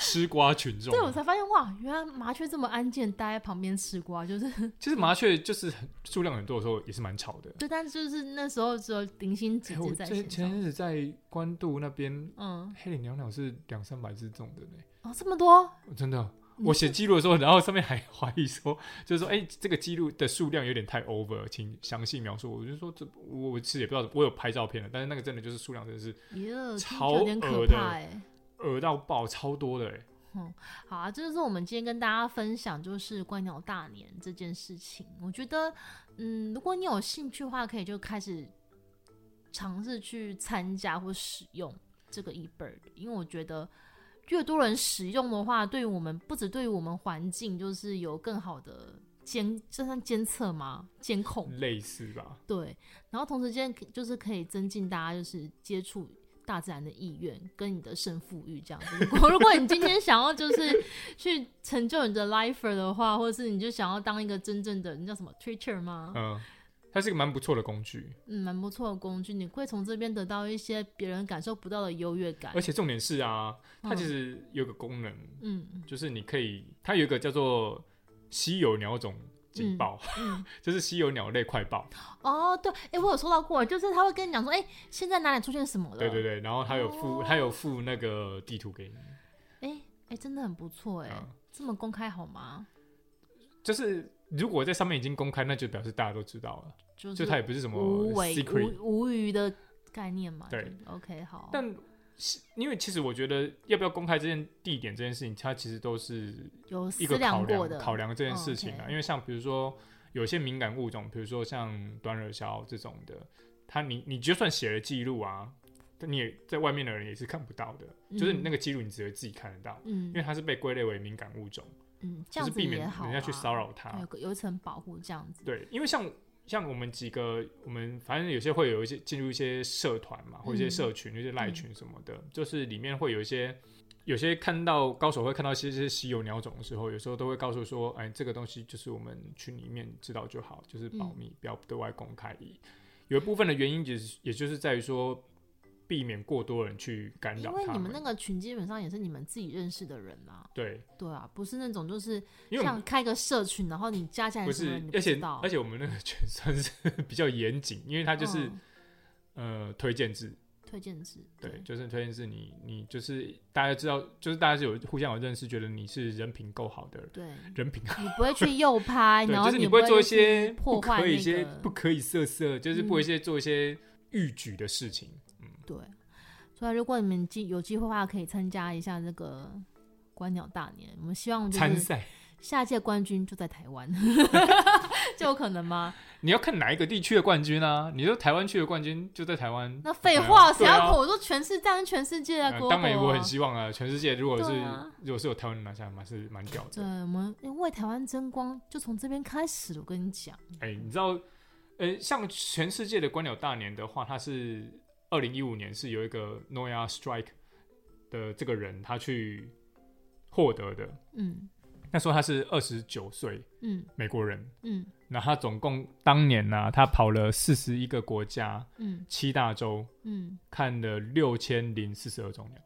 Speaker 2: 吃瓜群众啊
Speaker 1: 对，。我才发现哇，原来麻雀这么安静，待在旁边吃瓜，就是。
Speaker 2: 其实麻雀就是很数量很多的时候也是蛮吵的
Speaker 1: 就，但是就是那时候只有零星几
Speaker 2: 哎我
Speaker 1: 只在
Speaker 2: 前
Speaker 1: 线
Speaker 2: 前
Speaker 1: 上。
Speaker 2: 阵子在关渡那边，
Speaker 1: 嗯，
Speaker 2: 黑林鸟鸟是两三百只种的呢。
Speaker 1: 哦，这么多，
Speaker 2: 真的，哦
Speaker 1: 你
Speaker 2: 我写记录的时候，然后上面还怀疑说，就是说，哎、这个记录的数量有点太 over，请详细描述。我就说这，我我其实也不知道，我有拍照片的，但是那个真的就是数量真的是
Speaker 1: 耶，听起来
Speaker 2: 超
Speaker 1: 有点可
Speaker 2: 恶的
Speaker 1: 怕哎、
Speaker 2: 恶到爆，超多的、哎，
Speaker 1: 好啊，这就是我们今天跟大家分享，就是观鸟大年这件事情。我觉得，嗯，如果你有兴趣的话，可以就开始尝试去参加或使用这个 eBird，因为我觉得越多人使用的话，对于我们不止对于我们环境，就是有更好的监，这算监测吗？监控。
Speaker 2: 类似吧。
Speaker 1: 对，然后同时间可就是可以增进大家就是接触大自然的意愿跟你的胜负欲这样子。如果 [LAUGHS] 如果你今天想要就是去成就你的 lifer 的话，或者是你就想要当一个真正的你叫什么 teacher 吗？
Speaker 2: 嗯，它是一个蛮不错的工具，
Speaker 1: 嗯，蛮不错的工具，你会从这边得到一些别人感受不到的优越感
Speaker 2: 而。且重点是啊，它
Speaker 1: 嗯
Speaker 2: 其实有个功能，
Speaker 1: 嗯
Speaker 2: 就是你可以，它有一个叫做稀有鸟种警报，
Speaker 1: 嗯，
Speaker 2: 就是稀有鸟类快报，
Speaker 1: 哦，对，哎、我有收到过，就是他会跟你讲说，哎、现在哪里出现什么了？
Speaker 2: 对对对，然后它有附、
Speaker 1: 啊哦
Speaker 2: 它有附那个地图给你，
Speaker 1: 哎、哎、真的很不错哎、
Speaker 2: 嗯
Speaker 1: 这么公开好吗？
Speaker 2: 就是如果在上面已经公开，那就表示大家都知道了，
Speaker 1: 就
Speaker 2: 就是它也不是什么
Speaker 1: 无为
Speaker 2: secret，
Speaker 1: 无哦无余的概念嘛。
Speaker 2: 对
Speaker 1: 就，OK，好。
Speaker 2: 但是因为其实我觉得要不要公开这件地点这件事情，它其实都是
Speaker 1: 有思
Speaker 2: 一个考
Speaker 1: 量过
Speaker 2: 量
Speaker 1: 的，嗯
Speaker 2: 考量这件事情啊，
Speaker 1: OK
Speaker 2: 因为像比如说有些敏感物种，比如说像短耳鸮这种的，它你你就算写了记录啊，但你也在外面的人也是看不到的，就是你那个记录你只有自己看得到，
Speaker 1: 嗯
Speaker 2: 因为它是被归类为敏感物种，
Speaker 1: 嗯，这样
Speaker 2: 就是
Speaker 1: 子
Speaker 2: 避免
Speaker 1: 也好、啊，
Speaker 2: 人家去骚扰它。
Speaker 1: 对，有个有一层保护这样子。
Speaker 2: 对，因为像像我们几个，我们反正有些会有一些进入一些社团嘛，或者
Speaker 1: 嗯
Speaker 2: 一些社群、有一些赖群什么的，就是里面会有一些有些看到高手会看到一些一些稀有鸟种的时候，有时候都会告诉说，哎，这个东西就是我们群里面知道就好，就是保
Speaker 1: 嗯
Speaker 2: 密，不要对外公开。有一部分的原因也是，也就是在于说，避免过多人去干扰
Speaker 1: 因为
Speaker 2: 他
Speaker 1: 你们那个群基本上也是你们自己认识的人啦、
Speaker 2: 对，
Speaker 1: 对啊，不是那种就是
Speaker 2: 因为我
Speaker 1: 像
Speaker 2: 们
Speaker 1: 开个社群，然后你加起来
Speaker 2: 不
Speaker 1: 什么
Speaker 2: 是
Speaker 1: 人你，不
Speaker 2: 而且
Speaker 1: 知道，
Speaker 2: 而
Speaker 1: 且
Speaker 2: 且我们那个 [LAUGHS] 群算是比较严谨，因为它就是、呃推荐制。
Speaker 1: 嗯推荐制，
Speaker 2: 对，就是推荐是你，你就是大家知道，就是大家是有互相有认识，觉得你是人品够好的人
Speaker 1: 对，
Speaker 2: 人品，
Speaker 1: 你不会去诱拍，
Speaker 2: [LAUGHS] 对，
Speaker 1: 哎然
Speaker 2: 就
Speaker 1: 后
Speaker 2: 是
Speaker 1: 也
Speaker 2: 不会做一
Speaker 1: 去
Speaker 2: 些
Speaker 1: 破
Speaker 2: 不
Speaker 1: 坏
Speaker 2: 可以一
Speaker 1: 那
Speaker 2: 些
Speaker 1: 个嗯
Speaker 2: 不可以色色，就是不会一些做一些逾矩的事情。嗯
Speaker 1: 对，所以如果你们机有机会的话，可以参加一下这个观鸟大年。我们希望就
Speaker 2: 参
Speaker 1: 是
Speaker 2: 赛
Speaker 1: 下届冠军就在台
Speaker 2: [LAUGHS]
Speaker 1: 湾，这有可能吗？
Speaker 2: 你要看哪一个地区的冠军啊？你说台湾区的冠军就在台湾，
Speaker 1: 那废
Speaker 2: 对啊
Speaker 1: 话，谁
Speaker 2: 对啊
Speaker 1: 要我说全世界，全世界的
Speaker 2: 呃
Speaker 1: 国
Speaker 2: 当然
Speaker 1: 宝
Speaker 2: 我
Speaker 1: 啊
Speaker 2: 很希望啊，全世界如果是
Speaker 1: 对啊
Speaker 2: 如果是有台湾人拿下，蛮是蛮屌
Speaker 1: 对，
Speaker 2: 的。
Speaker 1: 我们为台湾争光，就从这边开始了。我跟你讲，
Speaker 2: 哎，你知道，呃，像全世界的观鸟大年的话，它是二零一五年是有一个 Noya Strike 的这个人他去获得的。
Speaker 1: 嗯
Speaker 2: 那时候他是二十九岁，
Speaker 1: 嗯
Speaker 2: 美国人。
Speaker 1: 嗯
Speaker 2: 那他总共当年呢、他跑了四十一个国家、
Speaker 1: 嗯
Speaker 2: 七大洲，
Speaker 1: 嗯，
Speaker 2: 看了六千零四十二种鸟，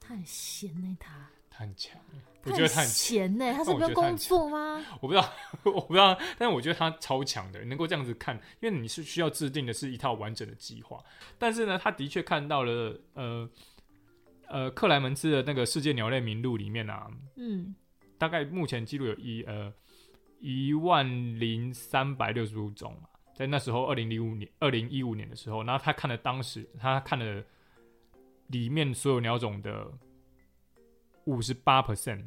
Speaker 1: 他很闲呢、他
Speaker 2: 他很强。我觉得他
Speaker 1: 很
Speaker 2: 很强，
Speaker 1: 闲欸呢、他是
Speaker 2: 但我
Speaker 1: 不用
Speaker 2: 觉得他很
Speaker 1: 工作吗？
Speaker 2: 我不知道，我不知道，但是我觉得他超强的，能够这样子看，因为你是需要制定的是一套完整的计划。但是呢，他的确看到了，呃，呃，克莱门兹的那个世界鸟类名录里面啊，
Speaker 1: 嗯，
Speaker 2: 大概目前记录有一呃一万零三百六十五种嘛，在那时候二零零五年二零一五年的时候，然后他看了当时他看了里面所有鸟种的五十八 percent，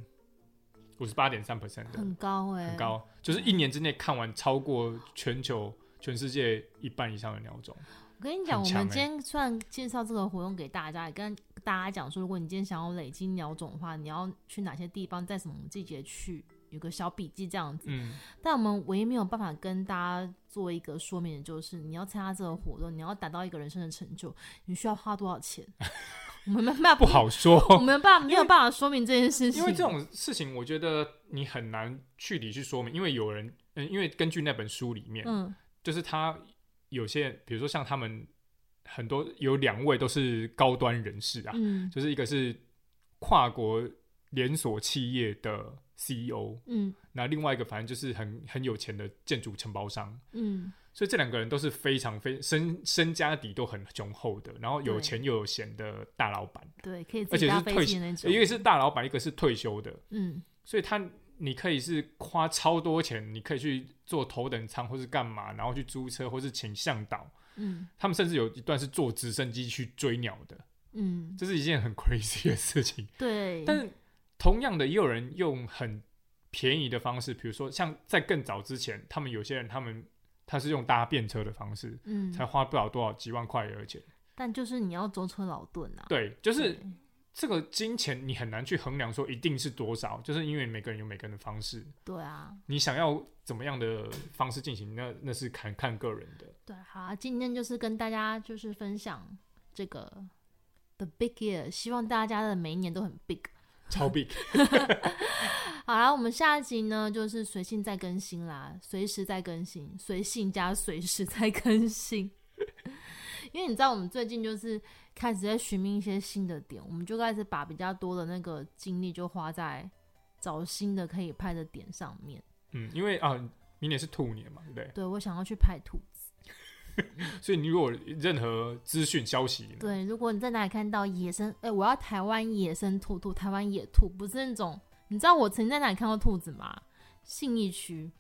Speaker 2: 五十八点三 percent 的
Speaker 1: 很高哎、
Speaker 2: 很。高，就是一年之内看完超过全球全世界一半以上的鸟种。
Speaker 1: 我跟你讲，
Speaker 2: 很
Speaker 1: 我
Speaker 2: 强
Speaker 1: 们
Speaker 2: 欸
Speaker 1: 今天虽然介绍这个活动给大家，也跟大家讲说，如果你今天想要累积鸟种的话，你要去哪些地方，在什么季节去，有个小笔记这样子。
Speaker 2: 嗯，
Speaker 1: 但我们唯一没有办法跟大家做一个说明的就是，你要参加这个活动，你要达到一个人生的成就，你需要花多少钱？ [LAUGHS] 我们没办法，
Speaker 2: 不，
Speaker 1: 嗯
Speaker 2: 好
Speaker 1: 我
Speaker 2: [LAUGHS] 说，
Speaker 1: 们没办法，没有办法说明这件事情。
Speaker 2: 因为这种事情我觉得你很难去理去说明，因为有人，嗯，因为根据那本书里面，
Speaker 1: 嗯
Speaker 2: 就是他有些，比如说像他们很多有两位都是高端人士啊，
Speaker 1: 嗯
Speaker 2: 就是一个是跨国连锁企业的 CEO，
Speaker 1: 嗯
Speaker 2: 那另外一个反正就是很很有钱的建筑承包商，
Speaker 1: 嗯，
Speaker 2: 所以这两个人都是非常非身身家底都很雄厚的，然后有
Speaker 1: 对
Speaker 2: 钱又有闲的大老板，
Speaker 1: 对，可以自
Speaker 2: 而
Speaker 1: 己
Speaker 2: 且
Speaker 1: 搭
Speaker 2: 是
Speaker 1: 飞
Speaker 2: 退
Speaker 1: 机
Speaker 2: 休
Speaker 1: 的那，种。
Speaker 2: 一个是大老板，一个是退休的，
Speaker 1: 嗯
Speaker 2: 所以他你可以是花超多钱，你可以去坐头等舱或是干嘛，然后去租车或是请向导，
Speaker 1: 嗯
Speaker 2: 他们甚至有一段是坐直升机去追鸟的，
Speaker 1: 嗯，
Speaker 2: 这是一件很 [LAUGHS] crazy 的事情。
Speaker 1: 对。
Speaker 2: 但是同样的，也有人用很便宜的方式，比如说像在更早之前，他们有些人他们他是用搭便车的方式。
Speaker 1: 嗯，
Speaker 2: 才花不了多少几万块而且
Speaker 1: 但就是你要舟车劳顿啊。
Speaker 2: 对，就是
Speaker 1: 对
Speaker 2: 这个金钱你很难去衡量说一定是多少，就是因为每个人有每个人的方式，
Speaker 1: 对啊，
Speaker 2: 你想要怎么样的方式进行，那
Speaker 1: [LAUGHS]
Speaker 2: 那是看看个人的。
Speaker 1: 对，好啊，今天就是跟大家就是分享这个 The Big Year，希望大家的每一年都很 big。
Speaker 2: 超 big，
Speaker 1: 好啦，我们下一集呢就是随性再更新啦，随时再更新，随性加随时再更新。 [LAUGHS] 因为你知道，我们最近就是开始在寻觅一些新的点，我们就开始把比较多的那个精力就花在找新的可以拍的点上面。
Speaker 2: 嗯，因为啊，明年是兔年嘛，对不对？
Speaker 1: 对我想要去拍兔子。
Speaker 2: 所以你如果有任何资讯消息，，
Speaker 1: 对，如果你在哪里看到野生，哎、我要台湾野生兔兔，台湾野兔，不是那种，你知道我曾经在哪里看到兔子吗？信义区，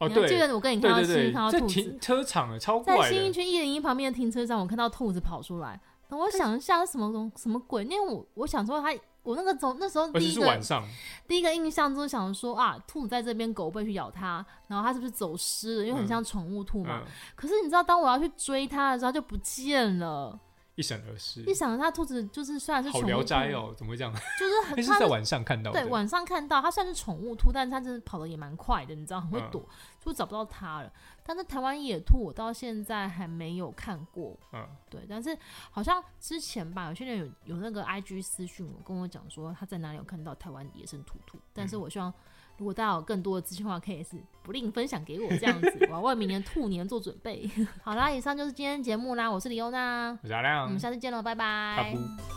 Speaker 2: 哦，
Speaker 1: 你还
Speaker 2: 对，
Speaker 1: 记
Speaker 2: 对
Speaker 1: 得我跟你看到
Speaker 2: 对
Speaker 1: 信义
Speaker 2: 对，
Speaker 1: 区看
Speaker 2: 在
Speaker 1: 到兔子
Speaker 2: 停，车场啊，超
Speaker 1: 在
Speaker 2: 怪
Speaker 1: 信义
Speaker 2: 的，
Speaker 1: 区一零一旁面的停车场，我看到兔子跑出来，等我想一下是什么东什么鬼，因为我我想说它，我那个从那时候
Speaker 2: 而且
Speaker 1: 第一
Speaker 2: 是
Speaker 1: 个
Speaker 2: 晚上，
Speaker 1: 第一个印象就是想说啊，兔子在这边，狗会去咬它，然后它是不是走失了？因为很
Speaker 2: 嗯
Speaker 1: 像宠物兔嘛。
Speaker 2: 嗯，
Speaker 1: 可是你知道，当我要去追它的时候，它就不见了。
Speaker 2: 一闪而逝
Speaker 1: 一，想到它兔子就是虽然是
Speaker 2: 好
Speaker 1: 宠物
Speaker 2: 聊斋
Speaker 1: 兔
Speaker 2: 哦，怎么会这样？
Speaker 1: 就是
Speaker 2: 那
Speaker 1: 很
Speaker 2: 是
Speaker 1: 它
Speaker 2: 在晚上看到的
Speaker 1: 对，晚上看到它算是宠物兔，但是它真的跑得也蛮快的，你知道很会
Speaker 2: 嗯
Speaker 1: 躲，就找不到它了。但是台湾野兔我到现在还没有看过，
Speaker 2: 嗯，
Speaker 1: 对，但是好像之前吧，有些人有有那个 IG 私讯我，跟我讲说他在哪里有看到台湾野生兔兔，但是
Speaker 2: 嗯
Speaker 1: 我希望。如果大家有更多的资讯的话，可以是不吝分享给我这样子，我要为明年兔年做 [LAUGHS] 准备。好啦，以上就是今天的节目啦，我是李欧娜，
Speaker 2: 我是阿
Speaker 1: 我
Speaker 2: 亮
Speaker 1: 们，下次见喽，拜
Speaker 2: 阿
Speaker 1: 拜
Speaker 2: 布。。